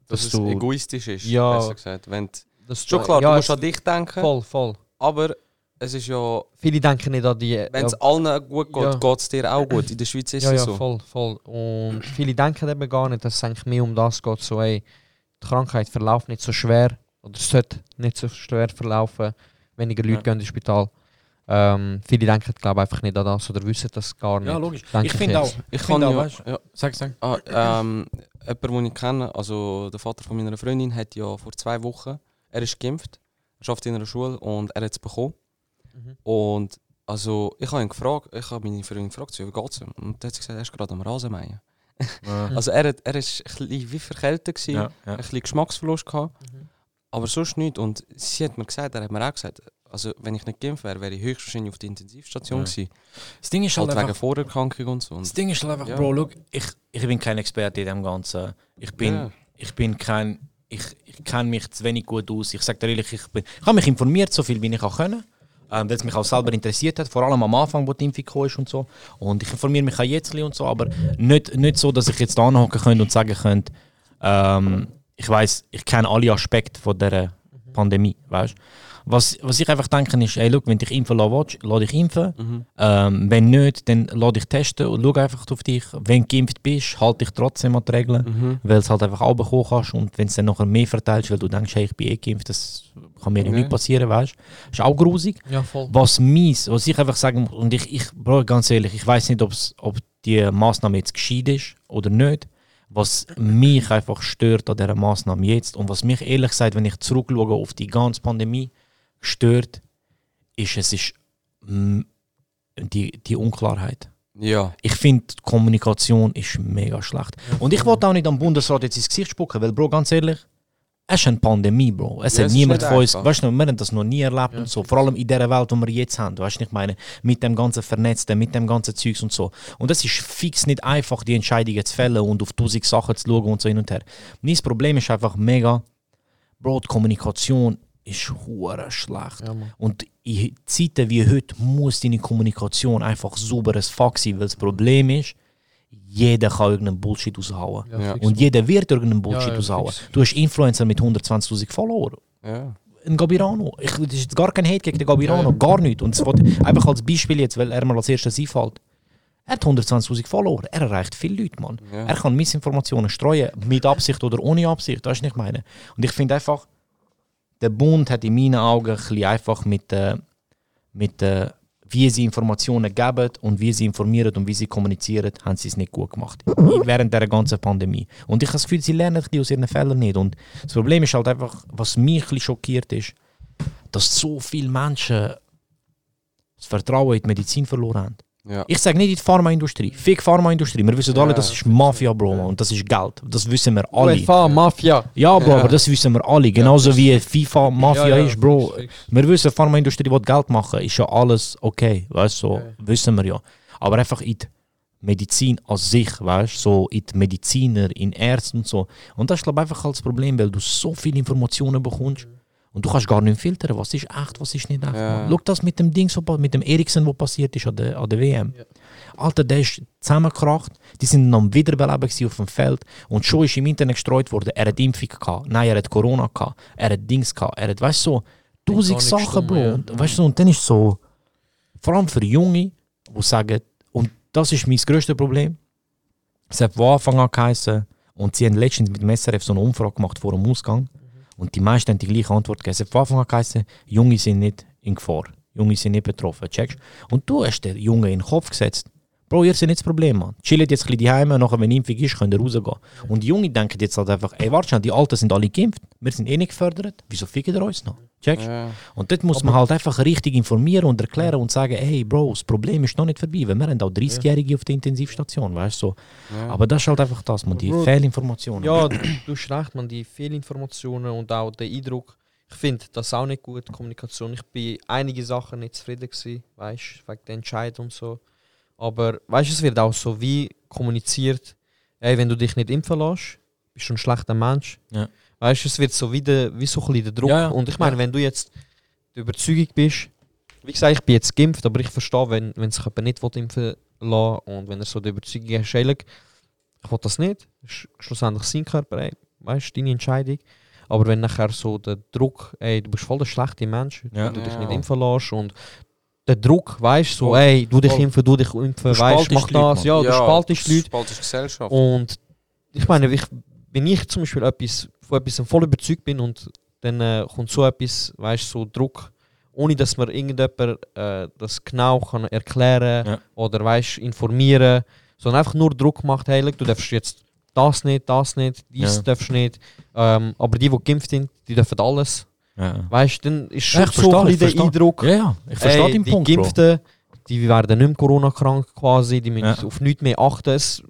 Dass, Dass es du- egoistisch ist, Ja. besser gesagt. Wenn die- dass schon klar, du musst es- an dich denken, Voll, voll. aber es ist ja, Viele denken nicht an die. wenn ja, es allen gut geht, Ja. geht es dir auch gut. In der Schweiz ist ja, Ehm, es ja, so. voll, voll. Und viele denken eben gar nicht, dass es eigentlich mehr um das geht, so ey, die Krankheit verläuft nicht so schwer oder es sollte nicht so schwer verlaufen, weniger Leute Ja. gehen ins Spital. Ähm, viele denken, glaube einfach nicht an das oder wissen das gar nicht. Ja, logisch. Denk ich ich finde auch, jetzt. ich kann finde auch, ja- weißt ja. du, sag, sag. Ah, ähm, jemand, den ich kenne, also der Vater von meiner Freundin, hat ja vor zwei Wochen, er ist geimpft, er arbeitet in einer Schule und er hat es bekommen. Mhm. Und also ich habe ihn gefragt, ich habe meine Freundin gefragt, so, wie geht es ihm? Und er hat sie gesagt, er ist gerade am Rasenmähen. Also er, hat, er ist ein bisschen wie verkältet, gewesen, Ja, ein ja. bisschen Geschmacksverlust gehabt, Mhm. aber sonst nichts. Und sie hat mir gesagt, er hat mir auch gesagt, also wenn ich nicht geimpft wäre, wäre ich höchstwahrscheinlich auf der Ja. Intensivstation gewesen. Das Ding ist halt Halt einfach, wegen Vorerkrankung und so. Und, Das Ding ist halt einfach, Ja. Bro, look, ich, ich bin kein Experte in dem Ganzen. Ich bin, Ja. ich bin kein, ich, ich kenne mich zu wenig gut aus. Ich sage dir ehrlich, ich, bin, ich habe mich informiert, so viel wie ich auch können. Ähm, weil es mich auch selber interessiert hat, vor allem am Anfang, wo die Impfung gekommen ist und so. Und ich informiere mich auch jetzt ein bisschen und so, aber nicht, nicht so, dass ich jetzt da hocken könnte und sagen könnte, ähm, ich weiß, ich kenne alle Aspekte von dieser Pandemie, weißt was, was ich einfach denke ist, ey, look, wenn dich impfen lassen willst, lass dich impfen. Ähm, wenn nicht, dann lass dich testen und schau einfach auf dich. Wenn du geimpft bist, halt dich trotzdem an die Regeln, weil es halt einfach auch bekommen kannst. Und wenn es dann nachher mehr verteilst, weil du denkst, hey, ich bin eh geimpft, das kann mir ja Nee. nicht passieren, weißt du. Ist auch grusig. Ja, voll. Was mies, was ich einfach sagen muss, und ich, ich bro, ganz ehrlich, ich weiß nicht, ob's, ob die Maßnahme jetzt gescheit ist oder nicht. Was mich einfach stört an dieser Maßnahme jetzt und was mich ehrlich gesagt, wenn ich zurückschaue auf die ganze Pandemie, stört, ist, es ist mm, die, die Unklarheit. ja, Ich finde, die Kommunikation ist mega schlecht. Und ich wollte auch nicht am Bundesrat jetzt ins Gesicht spucken, weil, Bro, ganz ehrlich, es ist eine Pandemie, Bro. Es Ja, hat es ist niemand nicht von uns, einfach. weißt du, wir haben das noch nie erlebt und so. Vor allem in der Welt, die wir jetzt haben, weißt du, ich meine, mit dem ganzen Vernetzten, mit dem ganzen Zeugs und so. Und es ist fix nicht einfach, die Entscheidungen zu fällen und auf tausend Sachen zu schauen und so hin und her. Mein Problem ist einfach mega, Bro, die Kommunikation ist hure schlecht. Und in Zeiten wie heute muss deine Kommunikation einfach sauber as fuck sein, weil das Problem ist, jeder kann irgendeinen Bullshit raushauen. Ja. fix. Und jeder wird irgendeinen Bullshit Ja, ja, raushauen. fix. Du hast Influencer mit 120.000 Follower. ja. Ein Gabirano. Ich, das ist jetzt gar kein Hate gegen den Gabirano. Gar nicht. Und es wird einfach als Beispiel jetzt, weil er mal als erstes einfällt. Er hat 120.000 Follower. Er erreicht viele Leute, Mann. Ja. Er kann Missinformationen streuen, mit Absicht oder ohne Absicht. Das ist nicht meine. Und ich finde einfach, der Bund hat in meinen Augen ein bisschen einfach mit, äh, mit äh, wie sie Informationen geben und wie sie informieren und wie sie kommunizieren, haben sie es nicht gut gemacht. Während der ganzen Pandemie. Und ich habe das Gefühl, sie lernen ein bisschen aus ihren Fehlern nicht. Und das Problem ist halt einfach, was mich ein bisschen schockiert ist, dass so viele Menschen das Vertrauen in die Medizin verloren haben. ja. Ich sage nicht in die Pharmaindustrie. Fick Pharmaindustrie. Wir wissen alle, Ja, das ist Mafia, Bro. Mann. Und das ist Geld. Das wissen wir alle. UEFA, Mafia. Ja, Bro, Ja. aber das wissen wir alle. Genauso wie FIFA Mafia Ja, ja, ist, Bro. fix, fix. Wir wissen, die Pharmaindustrie will Geld machen. Ist ja alles okay. Weißt du, so, wissen wir ja. Aber einfach in die Medizin an sich, weißt du, so in die Mediziner, in Ärzte und so. Und das ist, glaube ich, einfach halt das Problem, weil du so viele Informationen bekommst. Und du kannst gar nicht filtern, was ist echt, was ist nicht echt. Ja. Mann. Schau das mit dem Ding, so, pa- mit dem Eriksen, was passiert ist an der, an der WM. Alter, der ist zusammengekracht. Die sind dann am Wiederbeleben gewesen auf dem Feld. Und schon ist im Internet gestreut worden, er hat Impfung gehabt. Nein, er hat Corona gehabt. Er hat Dings gehabt. Er hat, weißt du, so, tausend nicht Sachen, gestimmt, Bro. ja. Und, weißt du, und dann ist so, vor allem für Junge, die sagen, und das ist mein grösstes Problem. Es hat von Anfang an geheißen, und sie haben letztens mit dem SRF so eine Umfrage gemacht vor dem Ausgang. Und die meisten haben die gleiche Antwort gegeben. Es hat von Anfang an geheißen, Junge sind nicht in Gefahr. Junge sind nicht betroffen, checkst? Und du hast den Jungen in den Kopf gesetzt. Bro, ihr seid nicht das Problem, Mann. Chillt jetzt ein bisschen daheim, nachher, wenn Impfung ist, könnt ihr rausgehen. Und die Jungen denken jetzt halt einfach, ey, warte schon, die Alten sind alle geimpft, wir sind eh nicht gefördert, wieso ficken ihr uns noch? Checkst? Ja. Und dort muss man halt einfach richtig informieren und erklären und sagen, hey Bro, das Problem ist noch nicht vorbei, weil wir haben auch 30-Jährige auf der Intensivstation, weißt du. So. Aber das ist halt einfach das, man, die Bro, Fehlinformationen. Ja, du du hast recht, man, die Fehlinformationen und auch der Eindruck. Ich finde das auch nicht gut, die Kommunikation. Ich bin einige Sachen nicht zufrieden gewesen, weißt, wegen der Entscheidung und so. Aber weißt du, es wird auch so wie kommuniziert, ey, wenn du dich nicht impfen lässt, bist du ein schlechter Mensch. Ja. Weißt du, es wird so wie, der, wie so ein bisschen der Druck. Ja, ja. Und ich meine, wenn du jetzt der Überzeugung bist, wie gesagt, ich bin jetzt geimpft, aber ich verstehe, wenn, wenn sich jemand nicht will impfen lassen und wenn er so die Überzeugung hat, «Ey, look, ich will das nicht, Das ist schlussendlich sein Körper, ey, weißt du, deine Entscheidung. Aber wenn nachher so der Druck, ey, du bist voll der schlechte Mensch, Ja. wenn du dich Ja. nicht impfen lässt und der Druck, weißt du, so, Voll. ey, du dich Voll. impfen, du dich impfen, Du weißt spaltest mach die Leute, das, ja, du spaltest die Leute. Spaltest Gesellschaft. Und ich meine, ich, wenn ich zum Beispiel etwas, von etwas voll überzeugt bin und dann äh, kommt so etwas, weißt so Druck, ohne dass mir irgendjemand äh, das genau kann erklären Ja. oder weißt informieren, sondern einfach nur Druck macht, hey, look, du darfst jetzt das nicht, das nicht, dies Ja. darfst nicht. Ähm, aber die, die geimpft sind, die dürfen alles. Ja, Weißt du, dann ist schon Ja, ich so verstehe, ein ich bisschen verstehe. der Eindruck, ja, ja, ich verstehe Ey, den die Punkt, Bro. Geimpften, die werden nicht mehr Corona-krank quasi, die müssen Ja. auf nichts mehr achten. Es,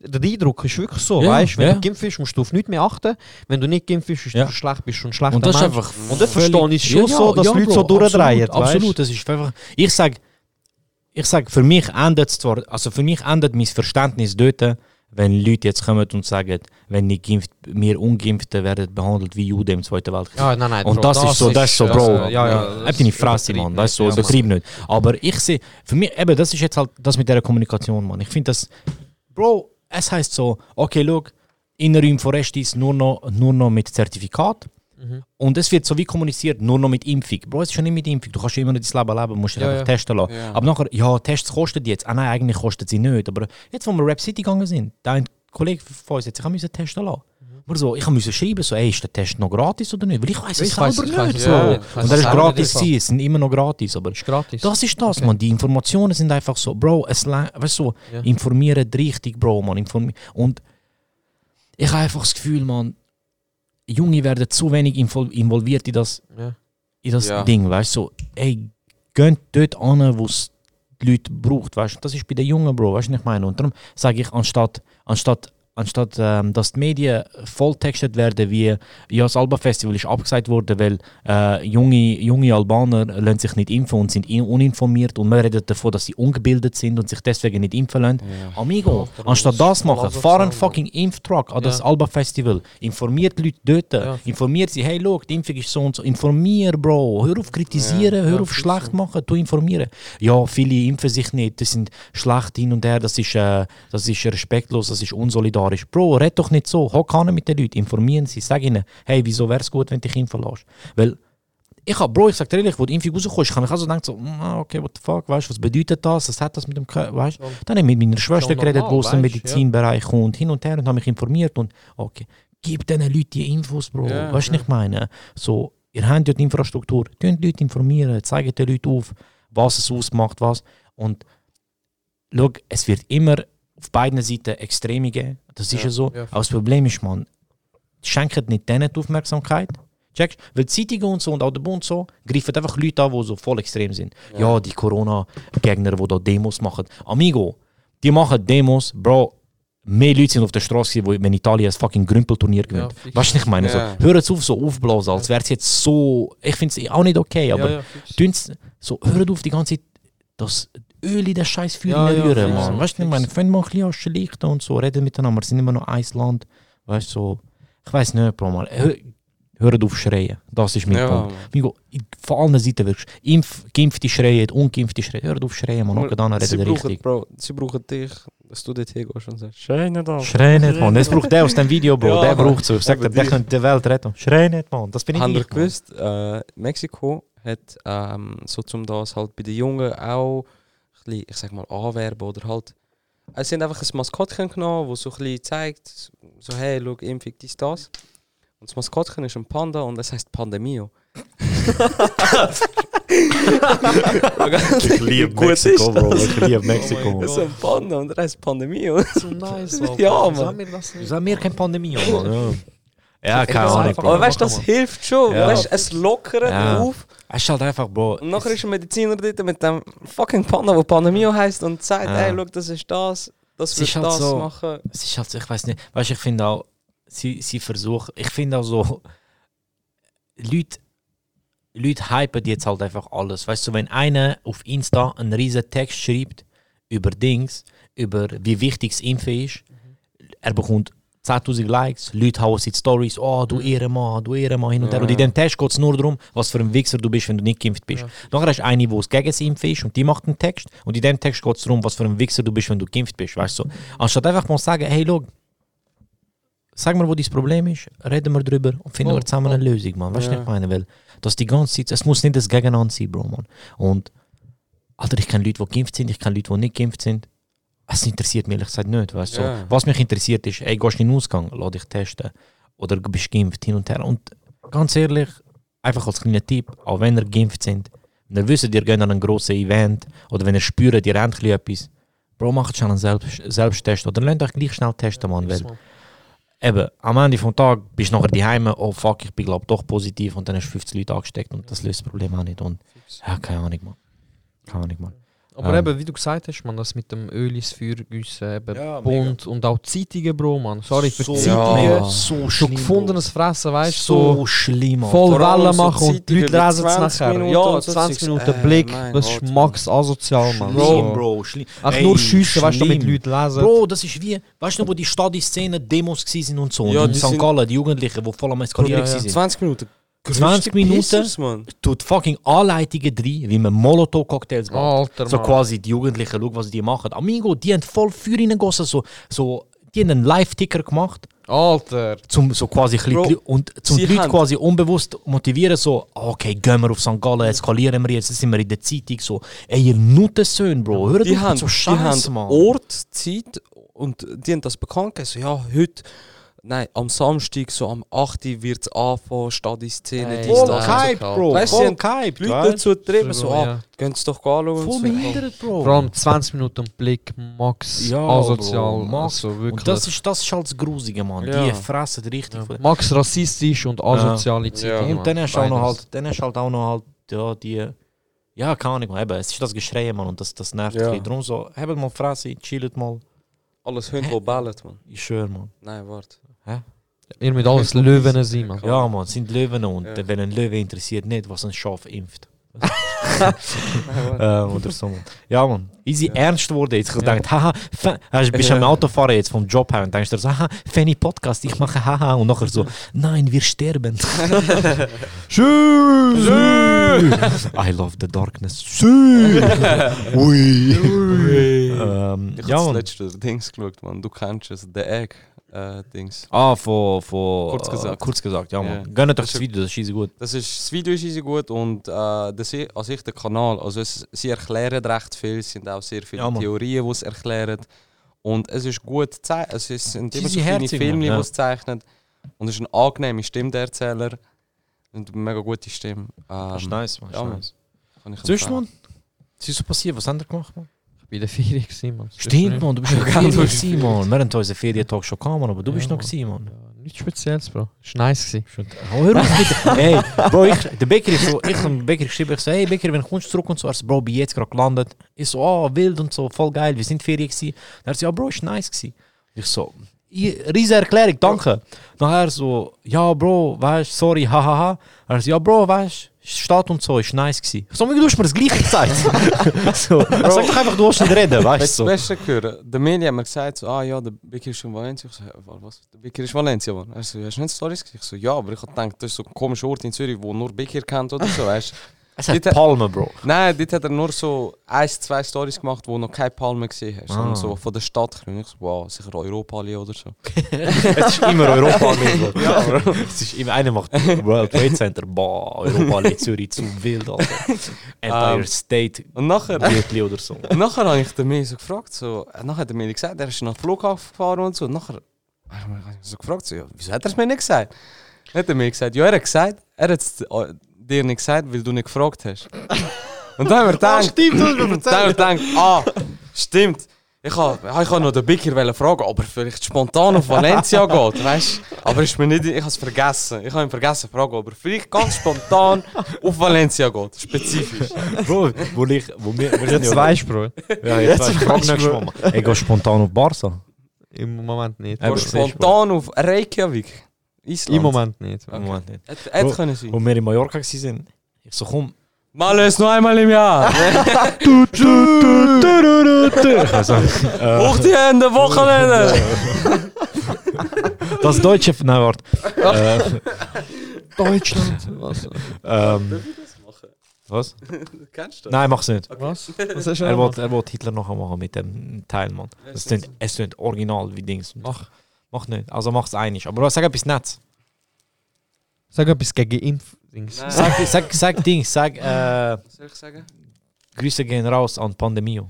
der Eindruck ist wirklich so, Ja, weißt wenn ja. du geimpft bist, musst du auf nichts mehr achten. Wenn du nicht geimpft bist, bist Ja. du schlecht, bist du ein schlechter Und das ist Mensch. einfach. Und das völlig- verstehe ich schon so, dass Leute so durchdrehen. Absolut, absolut. Das ist einfach. Ich sage, ich sag, für mich endet es zwar, also für mich endet mein Verständnis dort, wenn Leute jetzt kommen und sagen, wenn nicht geimpft, wir Ungeimpfte werden behandelt wie Juden im Zweiten Weltkrieg. Ja, nein, nein, Und Bro, das, ist so, das ist so, Bro. äh, ja, ja, das Habt ihr nicht ist Fresse, übertrieben, Mann. Weißt du, so, ja, Mann. übertrieben nicht. Aber ich sehe, für mich, eben, das ist jetzt halt das mit der Kommunikation, Mann. Ich finde das, Bro, es heißt so, okay, schau, Innenräume von Restis nur noch, nur noch mit Zertifikat. Mhm. Und es wird so wie kommuniziert, nur noch mit Impfung. Bro, es ist schon nicht mit Impfung. Du kannst ja immer noch dein Leben leben, musst dich Ja, einfach ja. testen lassen. Ja. Aber nachher, ja, Tests kosten die jetzt. Ah nein, eigentlich kosten sie nicht. Aber jetzt, wo wir Rap City gegangen sind, dein Kollege von uns hat sich auch müssen testen lassen. Mhm. Aber so, ich musste schreiben, so, ey, ist der Test noch gratis oder nicht? Weil ich weiß es Ich weiss- selber ich weiss nicht. es so. auch nicht. Ich weiss Und er es ist selber gratis, nicht. sie es sind immer noch gratis. Aber ist gratis. das ist das, Okay. man. Die Informationen sind einfach so, Bro, es lang, weißt du, Ja. informieren richtig, Bro, man. Informi und ich habe einfach das Gefühl, man, Junge werden zu wenig invol- involviert in das, Ja. in das Ja. Ding, weißt du. So, ey, geht dort an, wo es die Leute braucht, weißt du. Das ist bei den Jungen, Bro, weißt du, was ich meine. Und darum sage ich, anstatt, anstatt anstatt ähm, dass die Medien volltextet werden wie ja das Alba Festival ist abgesagt worden weil äh, junge, junge Albaner lassen sich nicht impfen und sind in- uninformiert und man redet davon dass sie ungebildet sind und sich deswegen nicht impfen lassen Amigo anstatt das machen Lass uns fahr einen zusammen. fucking Impftruck an das Ja. Alba Festival informiert die Leute dort Ja. informiert sie hey look die Impfung ist so und so informier Bro hör auf kritisieren hör auf schlecht machen du informieren ja viele impfen sich nicht das sind schlecht hin und her das ist äh, das ist respektlos das ist unsolidarisch Bro red doch nicht so hock an mit den Leuten informieren sie sag ihnen hey wieso wär's gut wenn du dich impfen lässt weil ich hab, Bro, ich sag dir ehrlich, wo die Impfung rauskommt, ich habe also gedacht, so, mm, ah, okay, what the fuck, weißt du, was bedeutet das, was hat das mit dem Körper, weißt du? Dann habe ich mit meiner Schwester Schon geredet, normal, wo aus dem weisst, ja. Medizinbereich kommt, hin und her und habe mich informiert und, okay, gib diesen Leuten die Infos, Bro, Ja, weißt du, ich meine, so, ihr habt ja die Infrastruktur, könnt die Leute informieren, zeigt den Leuten auf, was es ausmacht, was, und, schau, es wird immer auf beiden Seiten Extreme geben, das ist ja so, ja. aber das Problem ist, man, schenkt nicht denen die Aufmerksamkeit, Checkst? Weil die Zeitungen und so und auch der Bund so greifen einfach Leute an, die so voll extrem sind. Ja, die Corona-Gegner, die da Demos machen. Amigo, die machen Demos, Bro. Mehr Leute sind auf der Straße, die wenn Italien ein fucking Grümpelturnier gewinnt. fix. weißt du, was ich meine? Ja. So, hör jetzt auf, so aufblasen, als wäre es jetzt so. Ich finde es auch nicht okay, aber ja, tun's so, hört auf die ganze Zeit, das Öl in das scheiß Feuer Ja, ja, rühren, fix, Mann. ja, Weißt du, ich fix. meine, fangen mal ein bisschen an zu schlichten und so, reden miteinander, wir sind immer noch ein Land. Weißt du, so, ich weiß nicht, Bro, mal. Hör, hört auf schreien, das ist mein Ja, Punkt. Mann. Migo, ich- von allen Seiten wirklich. Impf, Geimpfte schreien, Ungeimpfte schreien, hört auf schreien, man. Auch dann sie reden brauchen, richtig. Bro, sie brauchen dich, dass du dort hingehst und sagst, schön nicht an. Schrei nicht, Mann. Das braucht der aus dem Video, Bro. Ja, der Mann. braucht so. Ich sag dir, Aber der die- könnte die Welt retten. Schrei nicht, Mann. Das bin ich Habt ihr nicht. Mann. gewusst, äh, Mexiko hat ähm, so zum das halt bei den Jungen auch ein bisschen, ich sag mal, anwerben oder halt. Es sind einfach ein Maskottchen genommen, das so ein bisschen zeigt, so hey, schau, Impfung, dies, das. Und das Maskottchen ist ein Panda und es heißt Pandemio. Ich liebe Gut ist Mexiko, Bro. Ich liebe Mexiko. mein Mann. Es ist ein Panda und er heißt Pandemio. So nice, Alter. Wieso Ja, Mann. haben wir das nicht? Wieso haben wir keine Pandemie, Mann? Ja, ja keine Ahnung, Bro. Aber weißt du, das hilft schon. Ja. Weißt, es lockert Ja. auf. Es ist halt einfach, Bro. Und nachher ist ein Mediziner dort mit dem fucking Panda, der Pandemio heißt und sagt, Ja. hey, schau, das ist das, das Es wird ist halt das so- machen. es ist halt so, ich weiß nicht, weißt du, ich finde auch, sie, sie versuchen, ich finde auch so, Leute, Leute hypen jetzt halt einfach alles. Weißt du, wenn einer auf Insta einen riesen Text schreibt über Dings, über wie wichtig das Impfen ist. Er bekommt 10.000 Likes, Leute hauen seine Stories, oh du Ehrenmann, du Ehrenmann, hin und her. Und in dem Test geht es nur darum, was für ein Wichser du bist, wenn du nicht geimpft bist. Nachher hast du eine, die gegen das Impfen ist und die macht einen Text. Und in dem Text geht es darum, was für ein Wichser du bist, wenn du geimpft bist. Weißt du? Anstatt einfach mal zu sagen, hey, schau, sag mal, wo dein Problem ist, reden wir drüber und finden wir zusammen eine Lösung, Mann. Weißt du, was ich meine? Weil das die ganze Zeit, es muss nicht das Gegeneinander sein, Bro, Mann. Und, Alter, ich kenne Leute, die geimpft sind, ich kenne Leute, die nicht geimpft sind. Es interessiert mich ehrlich gesagt nicht, weißt du. Ja. Was mich interessiert ist, ey, gehst du in den Ausgang, lass dich testen. Oder du bist geimpft, hin und her. Und ganz ehrlich, einfach als kleiner Tipp, auch wenn ihr geimpft sind, wenn ihr wisst, ihr geht an ein grosses Event, oder wenn ihr spürt, ihr habt ein bisschen etwas, Bro, macht schon einen Selbst Selbsttest, oder lernt euch gleich schnell testen, Mann, weil eben, am Ende vom Tag bist du nachher daheim, oh fuck, ich bin glaube doch positiv und dann hast du 50 Leute angesteckt und das löst das Problem auch nicht. Und, ja, keine Ahnung, Mann. Keine Ahnung, Mann. Aber Ähm. eben, wie du gesagt hast, man, das mit dem Öl ins Feuer gießen, eben Ja, Bund und auch die Zeitungen, Bro, man. Sorry für So die Zeitungen. Ja. so So gefundenes Fressen, weißt du? so, So schlimm, Mann. voll Vor allem Wellen so machen und die Zeitungen Leute lesen es mit 20 nachher. Minuten ja, und so 20 Zeugs. Minuten Äh, Blick, mein das ist Gott, max asozial, man. Schlimm, So. Bro, schlimm. Ach, Ey, nur schiessen, weißt du, damit schlimm. Leute lesen. Bro, das ist wie, weißt du noch, wo die Stadi-Szene Demos waren und so. Ja, und in die St. sind- Gallen, die Jugendlichen, die voll am Eskalieren Ja, ja. waren. 20 Minuten. 20 Minuten? Pissers, Mann. tut fucking Anleitungen drin, wie man Molotow-Cocktails macht. Alter, so Mann. quasi die Jugendlichen, schau, was die machen. Amigo, die haben voll Feuer reingegossen. So, so, die haben einen Live-Ticker gemacht, Alter. zum so quasi ein bisschen Bro, die Leu- und zum die sie Leute haben- quasi unbewusst motivieren, so, ah, okay, gehen wir auf St. Gallen, eskalieren wir jetzt, jetzt sind wir in der Zeitung, so, ey, ihr Nuttensöhne, Bro, hört Die auf haben, mit so Scheiß, die haben Mann. Ort, Zeit und die haben das bekannt gegeben. So, ja, heute, nein, am Samstag, so am 8. Uhr wird es anfangen, Stadiszene, Ey, dies, voll das. gehypt, Bro, Weißt du, voll sie haben gehypt, Leute weißt du? dazu getrieben, so, Ja. ah, gehen Sie doch anschauen. und Voll so. behindert, Bro. Vor allem 20 Minuten Blick, max Ja, asozial. Bro, max. Also wirklich. Und das ist, das ist halt das Grusige, Mann. Die Ja. fressen richtig von- max rassistisch und asoziale Zeitungen. Und dann Mann. hast du auch noch Genau. Beides. halt, dann hast du halt auch noch halt, ja, die. Ja, keine Ahnung, eben, es ist das Geschreien, Mann, und das, das nervt Ja. ein bisschen. Darum so, habt mal Fresse, chillt mal. Alles Hunde, die bellen, Mann. Ich schwör, Mann. Nein, warte. Ihr müsst alles Löwen sein, man. Ja, Mann, es sind Löwen und Ja. wenn ein Löwe interessiert nicht, was ein Schaf impft. Nein, warte. Äh, oder so, Mann. Ja, Mann. Easy ernst wurde jetzt. Ich hab gedacht, haha, fa- hast, bist Ja. am Autofahren jetzt vom Job her und denkst dir so, haha, funny Podcast, ich mache haha. Und nachher so, nein, wir sterben. Tschüss. I love the darkness. Tschüss. Ui. Ähm, ja, Ich habe das Mann. letzte Dings geschaut, Mann. Du kennst es, The Egg äh, Dings. Ah, von, von Kurz gesagt. kurz gesagt, ja, Ja. Mann. Gönnt euch Das das ist- Video, das ist easy gut. Das, ist, das Video ist sehr gut und äh, das ist an sich der Kanal. Also es, sie erklären recht viel, es sind auch sehr viele Ja, Mann. Theorien, die es erklären. Und es ist gut gezeichnet. Es ist- sind Sie immer so sind kleine herzig, Mann, Filme, ja. die es zeichnen. Und es ist eine angenehme Stimme, der Erzähler. Und eine mega gute Stimme. Ähm, Das ist nice, Mann. ja, Ja, Mann. nice. kann ich Sonst, empfehlen. Mann? Was ist so passiert? Was haben wir gemacht, Mann? Ich bin der Vierer gewesen, man. Stimmt, Mann, du bist noch Ganz Ferien ruhig. gewesen, Mann. Wir haben unseren Ferientag schon gehabt, Mann, aber du Ja, bist noch Mann. gewesen, Mann. Nichts Spezielles, Bro. Ist nice gewesen. Hör auf mit Hey, Bro, ich, der Bäcker ist so, ich hab dem Bäcker geschrieben, ich so, hey Bäcker, wenn kommst du zurück und so, er so, Bro, bin jetzt gerade gelandet. Ich so, ah, wild und so, voll geil, wir sind Ferien gewesen. Dann er so, ja, oh, Bro, ist nice gewesen. Ich so, "I- riesen Erklärung, danke. Nachher so, ja, Bro, weißt, sorry, hahaha. Er so, ja, Bro, weißt, Stadt und so, ist nice gewesen. Ich so, "Migga, du hast mir das gleiche gezeigt. so, sag doch einfach, du hast nicht reden, weißt Weißt du. So. du, das Beste gehört? Der Meli hat mir gesagt, so, ah ja, der Bicker ist in Valencia. Ich so, hä, wa- was? Der Bicker ist Valencia, Mann. Er so, hast du nicht Stories gesehen? Ich so, ja, aber ich hab gedacht, das ist so ein komischer Ort in Zürich, wo nur Bicker kennt oder so, weißt du? Es hat Palme, Bro. Nein, dort hat er nur so ein, zwei Stories gemacht, wo noch keine Palme gesehen hast. Ah. sondern so von der Stadt. Und ich so, wow, sicher Europa oder so. Es ist immer Europa League. ja, es ist immer, einer macht World Trade Center, boah, Europa League Zürich zu wild, Alter. Empire Ähm, State, Und nachher, Gürtli oder so. nachher habe ich den Meli so gefragt, so, äh, nachher hat der Meli gesagt, er ist nach dem Flughafen gefahren und so. Und nachher habe ich mich so gefragt, so, ja, wieso hat er es mir nicht gesagt? Dann hat er mir gesagt, ja, er hat gesagt, er hat es äh, dir nicht gesagt, weil du nicht gefragt hast. Und dann haben wir gedacht, stimmt, du hast mir Und dann denkt, ah, stimmt. Ich kann, ich kann noch den Bicker wollen fragen, ob er vielleicht spontan auf Valencia geht, weißt Aber ist mir nicht, ich habe es vergessen. Ich habe ihn vergessen fragen, ob er vielleicht ganz spontan auf Valencia geht, spezifisch. Bro, wo ich, wo wir, wir sind Jetzt weißt du, Bro. ja, jetzt weiß ich, frag weißt du, nächstes Mal. Mann. Ey, gehst spontan auf Barca? Im Moment nicht. Ja, Aber precies, bro. spontan auf Reykjavik, Island. Im Moment nicht. Moment nicht. Het, het Bro, können sein. Wo wir in Mallorca waren, ich so, komm, Malus nur einmal im Jahr. Also, äh, Hoch die Hände, Wochenende. das deutsche nein, warte. Äh, Deutschland. Was? ähm, was? Kennst du Nein, mach's nicht. Was? Was hast du Er er wollte er wollt Hitler nachher machen mit dem Teil, Mann. Es klingt, es klingt original wie Dings. Mach, mach nicht. Also mach's einig. Aber sag etwas Nettes. Sag etwas gegen Impfdings. Nein. Sag, sag, sag Dings. Sag äh, Was soll ich sagen? Grüße gehen raus an Pandemio.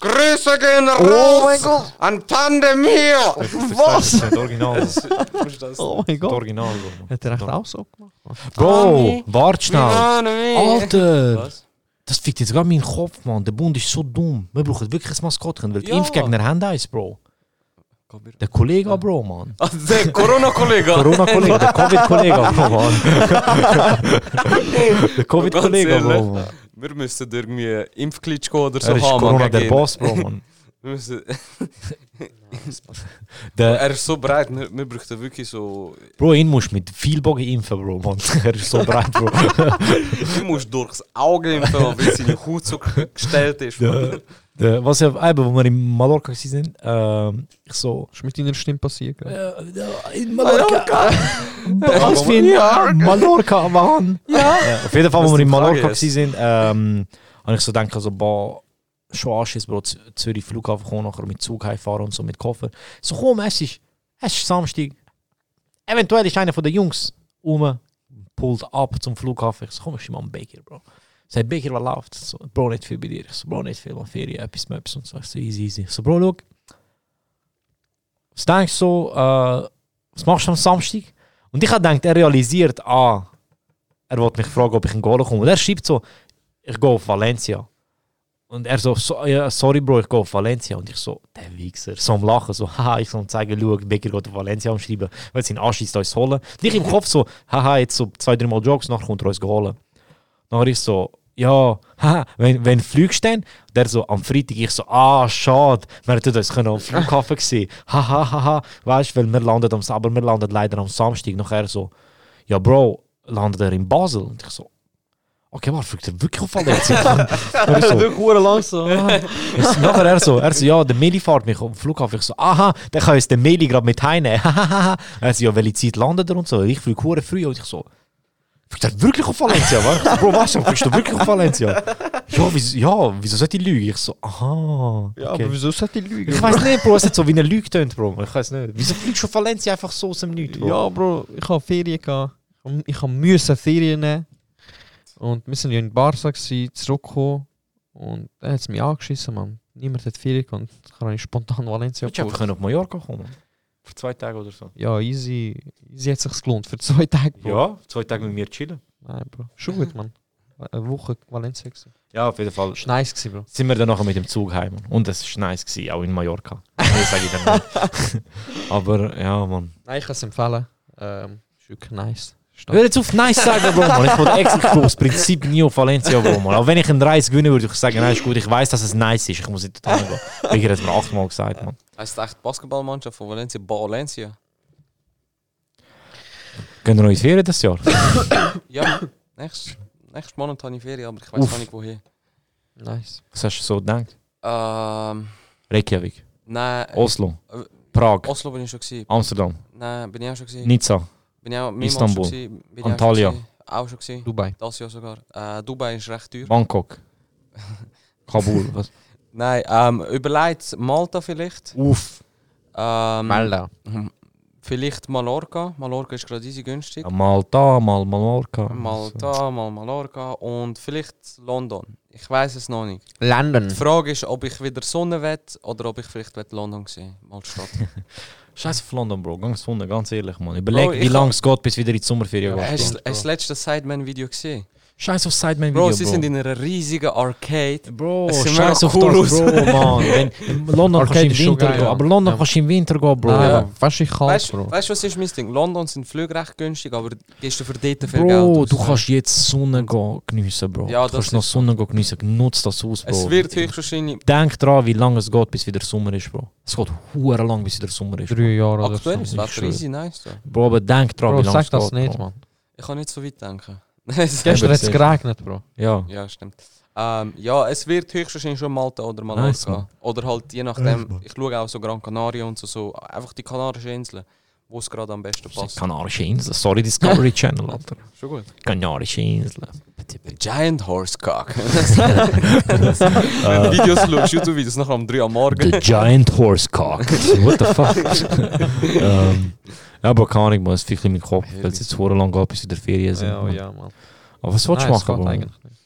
Grüße gehen Oh mein Gott! an Pandemio. Was? Das ist original. Das ist Oh mein Gott! original. Hat er echt auch so gemacht? Bro, warte schnell. Alter. Alter! Was? Das fickt jetzt gerade meinen Kopf, Mann. Der Bund ist so dumm. Wir brauchen wirklich ein Maskottchen, weil die Ja. Impfgegner haben eins, Bro. Der Kollege, Bro, Mann. Ah, Der Corona-Kollege. Corona-Kollege, der Covid-Kollege, Bro, Mann. der Covid-Kollege, Ganz ehrlich. Bro. Mann. Wir müssen irgendwie Impfklitschko oder so Er ist haben. Corona gegen der ihn. Boss, Bro, Mann. Wir müssen, Der, er ist so breit, wir, wir bräuchten wirklich so... bro, ihn musst mit viel Bogen impfen, Bro, Mann. Er ist so breit, Bro. Du musst durchs Auge impfen, weil seine Haut so gestellt ist. Mann. Der, der, was ja, eben, wo wir in Mallorca sind, ähm, ich so... äh, Was ist mit deiner Stimme passiert? gell? In Mallorca. Was für ein Mallorca, Mann. Ja. Auf jeden Fall, Was wo wir die in Frage Mallorca ist. waren, ähm, habe ich so gedacht, also, boah, schon Arsch ist, Bro, Z- Zürich Flughafen kommen, nachher mit Zug heimfahren und so mit Koffer. So, komm, es ist, es ist Samstag. Eventuell ist einer von den Jungs um, pullt ab zum Flughafen. Ich so, komm, ich mal einen Baker, Bro. Sagt, Baker, was läuft? So, Bro, nicht viel bei dir. Ich so, Bro, nicht viel, man, Ferien, etwas, Möps und so. Ich so, easy, easy. Ich so, Bro, schau. Was denkst du, äh, was machst du am Samstag? Und ich habe gedacht, er realisiert, ah, er wollte mich fragen, ob ich in Gola komme. Und er schreibt so, ich gehe auf Valencia. Und er so, so ja, sorry Bro, ich gehe auf Valencia. Und ich so, der Wichser. So am Lachen, so, haha, ich soll ihm zeigen, schau, Becker geht auf Valencia und schreiben, weil sein Arsch ist uns holen. Und ich im Kopf so, haha, jetzt so zwei, dreimal Jokes, nachher kommt er uns holen. Nachher ich so, ja, haha, wenn, wenn fliegst denn? Und er so, am Freitag, ich so, ah, schade, wir hätten uns können am Flughafen gesehen. Haha, haha, weißt du, weil wir landen am Sabber, wir landen leider am Samstag. Nachher so, ja, Bro, landet er in Basel? Und ich so, okay, war fliegt er wirklich auf Valencia? Und ich so, Es- Nachher er so, er so, ja, der Meli fährt mich am Flughafen. Ich so, aha, dann kann uns der Meli gerade mit heimnehmen. er so, ja, welche Zeit landet er und so? Ich fliege hure früh. Und ich so, fliegt er wirklich auf Valencia? wa? Ich so, Bro, was, fliegst du wirklich auf Valencia? Ja, wieso, ja, wieso sollte ich lügen? Ich so, aha, Ja, okay. aber wieso sollte ich lügen? Ich weiß nicht, Bro, es hat so wie eine Lüge tönt, Bro. Ich weiß nicht. Wieso fliegst du auf Valencia einfach so aus dem Nichts, Bro? Ja, Bro, ich habe Ferien gehabt. Ich- Ich habe müssen Ferien nehmen. Und wir sind ja in Barca gewesen, zurückgekommen. Und er hat es mich angeschissen, Mann. Niemand hat Ferien gehabt. Und Dann kann ich spontan Valencia Hättest du einfach gebucht. können auf Mallorca kommen Für zwei Tage oder so. Ja, easy. Easy hat sich gelohnt. Für zwei Tage, Bro. Ja, zwei Tage mit mir chillen. Nein, Bro. Schon gut, Mann. Eine Woche Valencia gewesen. Ja, auf jeden Fall. Ist nice gewesen, Bro. sind wir dann nachher mit dem Zug heim. Mann. Und es war nice, gewesen, auch in Mallorca. Nee, sag ich dann nicht. Aber ja, Mann. Nein, ich kann es empfehlen. Ähm, ist wirklich nice. Stadt. Hör jetzt auf nice sagen, Bro, Mann. Ich wollte extra aus Prinzip nie auf Valencia, Bro, Mann. Auch wenn ich einen Reis gewinnen würde, würde ich sagen, nein, ist gut, ich weiß, dass es nice ist. Ich muss nicht dorthin gehen. Wegen hat es mir achtmal gesagt, Mann. Heißt echt die Basketballmannschaft von Valencia Valencia? Gehen wir noch ins Ferien das Jahr? Ja, nächstes, nächstes Monat habe ich Ferien, aber ich weiß Uff. noch nicht woher. Nice. Was hast du so gedacht? Ähm, Reykjavik, nein, Oslo, Prag, Oslo bin ich schon gewesen. Amsterdam, Nein, bin ich auch schon gewesen. Nizza, Bin ich auch mehrmals Istanbul, schon gewesen. Bin ich auch schon Antalya. gewesen. Auch schon gewesen. Dubai. Das Jahr sogar. Äh, Dubai ist recht teuer. Bangkok, Kabul. Was? Nein, ähm, überlegt Malta vielleicht. Uff. Ähm, Melda. Vielleicht Mallorca. Mallorca ist gerade easy günstig. Malta, Mal Mallorca. Mal da, mal Mallorca und vielleicht London. Ich weiß es noch nicht. London. Die Frage ist, ob ich wieder Sonne will oder ob ich vielleicht will London sehen mal die Stadt. Scheiß auf London, Bro. Ganz Sonne, ganz ehrlich, Mann. Überleg, Bro, ich wie hab- lang es geht, bis wieder in die Sommerferien geht. Hast du das letzte Sideman-Video gesehen? Scheiß auf Sideman Bro, Video, sie sind in einer riesigen Arcade. Bro, es sind scheiß mega auf cool das, Bro, Mann. Wenn, in London kannst du im Arcade ist schon Winter geil, gehen, ja. aber London Ja. kannst du im Winter gehen, Bro. Bro, Ja. aber was ich kalt, Weißt Bro. du, was ist mein Ding? London sind die Flüge recht günstig, aber gehst du für dort viel Geld Bro, aus. du kannst jetzt Sonne gehen geniessen, Bro. Ja, du das kannst noch ist- Sonne gehen geniessen. Nutz das aus, Bro. Es wird höchstwahrscheinlich Denk dran, wie lange es geht, bis wieder Sommer ist, Bro. Es geht hure lang, bis wieder Sommer ist. Drei Jahre oder so. aktuell ist. Ich Das Wetter schwöre. easy nice. So. Bro, aber denk dran, Bro, wie lange es sag geht. das nicht, Bro. Mann. Ich kann nicht so weit denken. Gestern hat es sicher. geregnet, Bro. Ja. Ja, stimmt. Ähm, ja, es wird höchstwahrscheinlich schon Malta oder Mallorca. Nice, Mann. oder halt je nachdem, ich schaue auch so Gran Canaria und so, so einfach die Kanarischen Inseln, wo es gerade am besten Das passt. sind Kanarische Inseln. Sorry, Discovery Channel, Alter. Schon gut. Kanarische Inseln. Giant Horse Cock. Wenn du Videos schaust, YouTube-Videos nachher um 3 am Morgen. The Giant Horse Cock. What the fuck? ähm, ja, aber keine Ahnung, man, es fickt in meinen Kopf, weil es jetzt vor lang geht, bis in der Ferien sind. Ja, Mann. Oh, ja, Mann. Aber was willst du Nein, es machen, geht Bro? eigentlich nicht.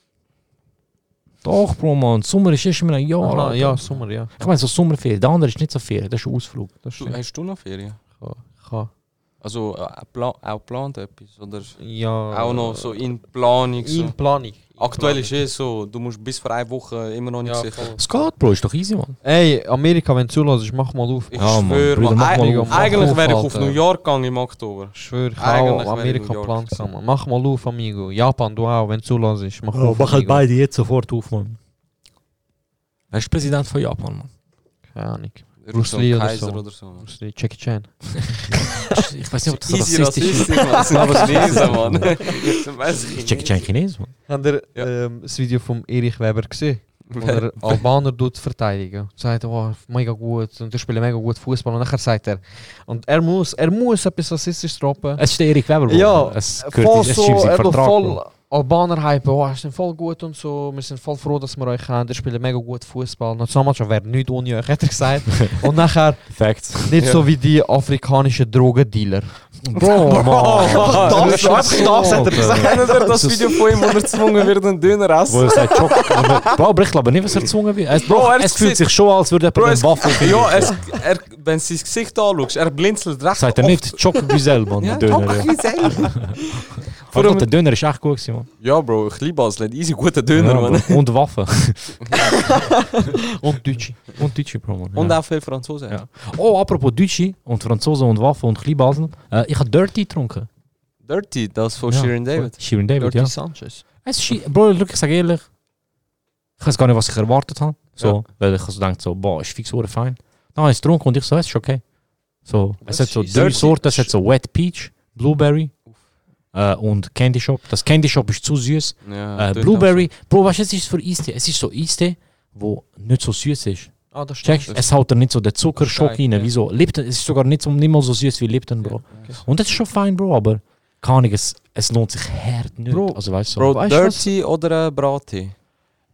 Doch, Bro, man, Sommer ist erst mal ein Jahr. Aha, Alter. Oh, ja, Sommer, ja. Ich meine, so Sommerferien. Der andere ist nicht so Ferien, das ist ein Ausflug. Das Du, stimmt. hast du noch Ferien? Ich kann- Also äh, pla auch geplant etwas? Oder Ja. auch noch so in Planung? Äh, So. In Planung. Aktuell ist es so, du musst bis vor einer Woche immer noch nicht Ja, sicher. voll. Es geht, Bro, ist doch easy, man. Ey, Amerika, dus wenn du zulässt, mach mal auf. Ich Ja, Mann, schwöre, Bruder, man, mach mal eig- auf. eigentlich Mach wäre ich auf, auf Alter. New York gegangen im Oktober. Ich schwöre, ich Eigentlich habe wäre ich Amerika New York Plan zusammen. Mach mal auf, Amigo. Japan, du auch, wenn du zulässt. Oh, Mach auf. Amigo. halt jetzt sofort auf, man. Er ist Präsident von Japan, man. Keine Ahnung. Bruce Russland, Lee oder Kaiser so. oder so. Mann. Bruce Lee, Jackie Chan. Ich weiß nicht, ob das Easy rassistisch ist. Rassistik, Mann. Das sind aber Chinesen, Mann. Das weiss ich Ist Jackie Chan Chines, man? Habt ihr Ja. ähm, das Video von Erich Weber gesehen? Wo Wer- der Albaner dort verteidigen. Und sagt, oh, mega gut, und er spielt mega gut Fußball. Und nachher sagt er, und er muss, er muss etwas Rassistisches droppen. Eh, Es ist der Erik Weber, Bro. Ja, es voll gehört, es ist so, sein er will Vertrag. voll Bro. Albaner hypen, oh, er ist voll gut und so, wir sind voll froh, dass wir euch haben, ihr spielt mega gut Fußball, Nationalmannschaft wäre nicht ohne euch, hat er gesagt. und nachher Facts. nicht so wie die afrikanischen Drogendealer. Bro, Oh, man. Das ist Stabs hat er Kennt ihr das Video von ihm, wo er gezwungen wird, einen Döner Wo essen? er sagt, Schock. Aber, Bro, aber ich glaube nicht, was er gezwungen wird. Es, Bro, er es ist fühlt gesehen- sich schon, als würde Bro, er eine es- Waffe Ja, es, er, wenn du sein Gesicht anschaust, er blinzelt recht Sagt er nicht, Choco Güzel, man, Oh. Ja, der Döner. Ja. Aber allem- der Döner ist echt gut gewesen, man. Ja, Bro, ich liebe Basel. Easy guter Döner, Mann. Bro. Und Waffen. Und Deutsche. Und Deutsche, Bro, man. Und ja. auch viel Franzosen. Ja. Oh, apropos Deutsche und Franzosen und Waffen und Kleinbasen. Äh, ich habe Dirty getrunken. Dirty, das von Ja. Sharon David. Shirin David, Dirty ja. Sanchez. Es ist, schi- Bro, look, ich sage ehrlich, ich weiß gar nicht, was ich erwartet habe. So, Weil ich so denkt so, boah, ist fix oder fein. Nein, es trunk und ich so, es ist okay. So, es hat so ist drei easy. Sorten, es hat so Wet Peach, Blueberry äh, und Candy Shop. Das Candy Shop ist zu süß. Ja, Äh, dort Blueberry, Bro, weißt du, es ist für Eistee. Es ist so Eistee, wo nicht so süß ist. Ah, das stimmt. Checkst, es haut er nicht so den Zuckerschock Geil, rein, ja. wie so Lipton. Es ist sogar nicht, so, nicht mal so süß wie Lipton, Bro. Und das ist schon fein, Bro, aber keine Ahnung, es, es lohnt sich hart nicht. Bro, also, weißt du, so. auch. Bro, Weißt du was? Dirty oder äh, Brati?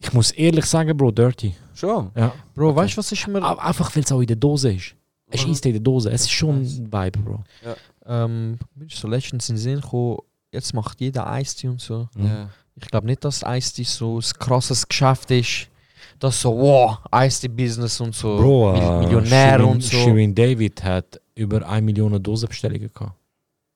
Ich muss ehrlich sagen, Bro, dirty. Schon. Ja. Bro, weißt du, was ist mir... Aber einfach, weil es auch in der Dose ist. Es ist Eistee in der Dose. Es ist schon ein Vibe, Bro. Ähm, mir ist so letztens in den Sinn gekommen, jetzt macht jeder Eistee und so. Mhm. Ja. Ich glaube nicht, dass Eistee so ein krasses Geschäft ist. Das so, wow, Eistee-Business und so. ah, Mil- Millionär und so. äh, Shirin David hat über 1 Million Dosenbestellungen gehabt.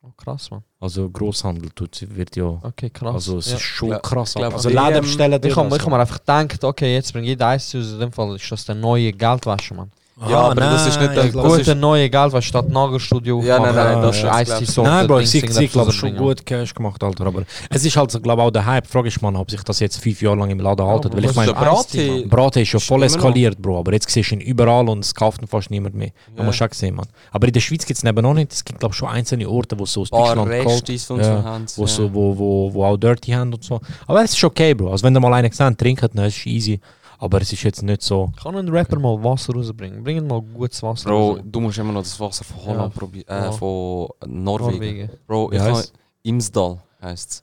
Oh, krass, man. Also Großhandel tut sie, wird ja. Okay, krass. Also es ja. ist schon Ja, krass. ich glaub, also die, Läden ähm, bestellen Ich durch habe das. hab mir einfach gedacht, okay, jetzt bringt jeder Eistee aus. In dem Fall ist das der neue Geldwäsche, man. Ja, Ah, aber das ist nicht nein, der ich glaub- Das ist- Gute neue Geldwäsche statt Nagelstudio. Ja, nein, aufmachen, nein, das äh, ist- Eistee-Sorte, Nein, Bro, ich Dings, sehe irgendetwas glaube schon rausbringen. gut Cash gemacht, Alter. Aber es ist halt, so, glaube auch der Hype. Frage ich mal, ob sich das jetzt fünf Jahre lang im Laden haltet. aber weil was ich ist meine, der Eistee, Brati- Braten ist schon voll Stimmt, eskaliert, Bro. Aber jetzt siehst du ihn überall und es kauft ihn fast niemand mehr. Ja. Haben wir schon gesehen, Mann. Aber in der Schweiz gibt es eben noch nicht. Es gibt, glaube ich, schon einzelne Orte, wo so aus Paar Deutschland geholt- Restis und ja, so haben's, wo, ja. so, wo, wo, wo auch Dirty haben und so. Aber es ist okay, Bro. Also wenn ihr mal einen seht, trinkt, dann ist es easy. Aber es ist jetzt nicht so... Kann ein Rapper mal Wasser rausbringen? Bring mal gutes Wasser Bro, raus. du musst immer noch das Wasser von Holland Ja. probieren. Äh, Ja. von Norwegen. Norwegen. Bro, ich Wie habe heisst? Imsdal heisst es.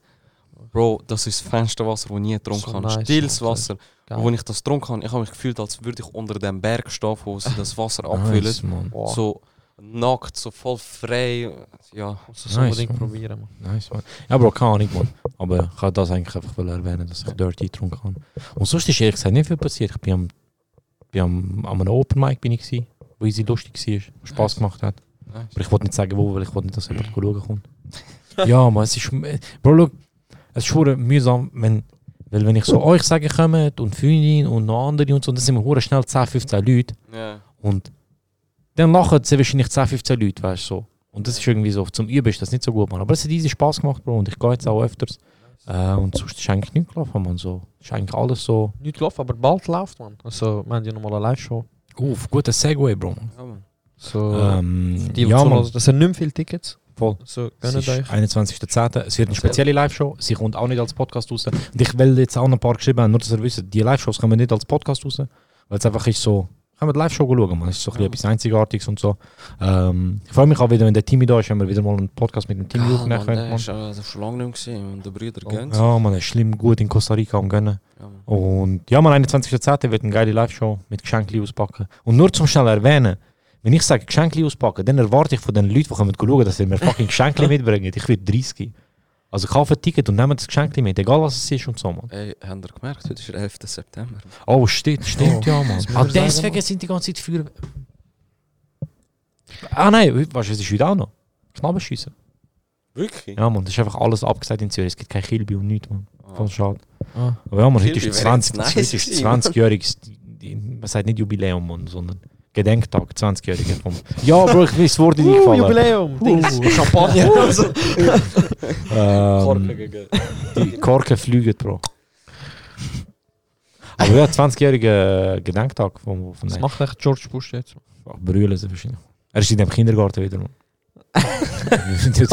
Bro, das ist das feinste Wasser, das ich nie getrunken So habe. nice, Stilles Alter. Wasser. Geil. Und Als ich das getrunken habe, ich habe mich gefühlt, als würde ich unter dem Berg stehen, wo sie das Wasser abfüllen. Nice, Mann. Wow. So nackt, so voll frei. Ja. Muss das Nice, unbedingt Mann. probieren, man. Nice, Mann. Ja, Bro, keine Ahnung, Mann. Aber ich wollte das eigentlich einfach wollen erwähnen, dass ich Dirty getrunken habe. Und sonst ist ehrlich gesagt nicht viel passiert. Ich bin am, bin am, am einem Open Mic, bin ich gewesen, wo easy lustig war, Spass gemacht hat. Nice. Aber ich wollte nicht sagen, wo, weil ich wollte nicht, dass jemand schauen kommt. ja, Mann, es ist... Bro, look, es ist hure mühsam, wenn... Weil wenn ich so euch sage, kommt und Freundin und noch andere und so, dann sind wir hure schnell 10, 15 Leute. ja. Und dann lachen sie wahrscheinlich 10, 15 Leute, weißt du. So. Und das ist irgendwie so, zum Üben ist das nicht so gut, Mann. Aber es hat easy Spaß gemacht, Bro. Und ich gehe jetzt auch öfters. Äh, und sonst ist eigentlich nichts gelaufen, Mann. So. Ist eigentlich alles so. Nicht gelaufen, aber bald läuft, man. Also, wir haben ja nochmal eine Live-Show. Uff, guter Segway, Bro. Ja, Mann. So, Ähm, die, die ja, zuhören, Mann. das sind nicht mehr viele Tickets. Voll. So, Es gönnt ist euch. 21.10. Es wird eine spezielle Live-Show. Sie kommt auch nicht als Podcast raus. Und ich will jetzt auch noch ein paar geschrieben haben, nur dass ihr wisst, die Live-Shows kommen nicht als Podcast raus. Weil es einfach ist so, kann man die Live-Show schauen, man. Es ist so ein bisschen etwas Einzigartiges und so. Ähm, ich freue mich auch wieder, wenn der Timmy da ist, wenn wir wieder mal einen Podcast mit dem Timmy Ja, aufnehmen Ah, Mann, können. der Mann. ist also schon lange nicht mehr gesehen. Und der Brüder gönnt. Oh, Ja, man, ist schlimm gut in Costa Rica am Gönnen. Ja, Mann. Und ja, man, 21.10. wird eine geile Live-Show mit Geschenkli auspacken. Und nur zum schnell erwähnen, wenn ich sage Geschenkli auspacken, dann erwarte ich von den Leuten, die kommen schauen, dass sie mir fucking Geschenkli mitbringen. Ich werde 30. Also kauft ein Ticket und nehmt das Geschenkli mit, egal was es ist und so, man. Ey, habt ihr gemerkt, heute ist der 11. September. Oh, stimmt, stimmt, ja, man. muss Aber man sagen, deswegen sind die ganze Zeit für... Ah nein, heute- weißt du, es ist heute auch noch. Knabenschiessen. Wirklich? Ja, man, das ist einfach alles abgesagt in Zürich. Es gibt kein Kilby und nichts, man. Voll schade. Ah. Aber ja, man, heute Kilby ist wäre 20, jetzt nice heute ist gewesen, 20-jähriges, man sagt nicht Jubiläum, Mann, sondern Gedenktag, 20-jähriger vom. Ja, Bro, ich bin das Wort in dich Uh, gefallen. Jubiläum! Dings. Champagner. Korken ähm, gegen. die Korken fliegen, Bro. Aber ja, 20-jähriger Gedenktag vom, von Was dem. macht echt George Bush jetzt? Brüllen sie wahrscheinlich. Er ist in dem Kindergarten wieder, Mann.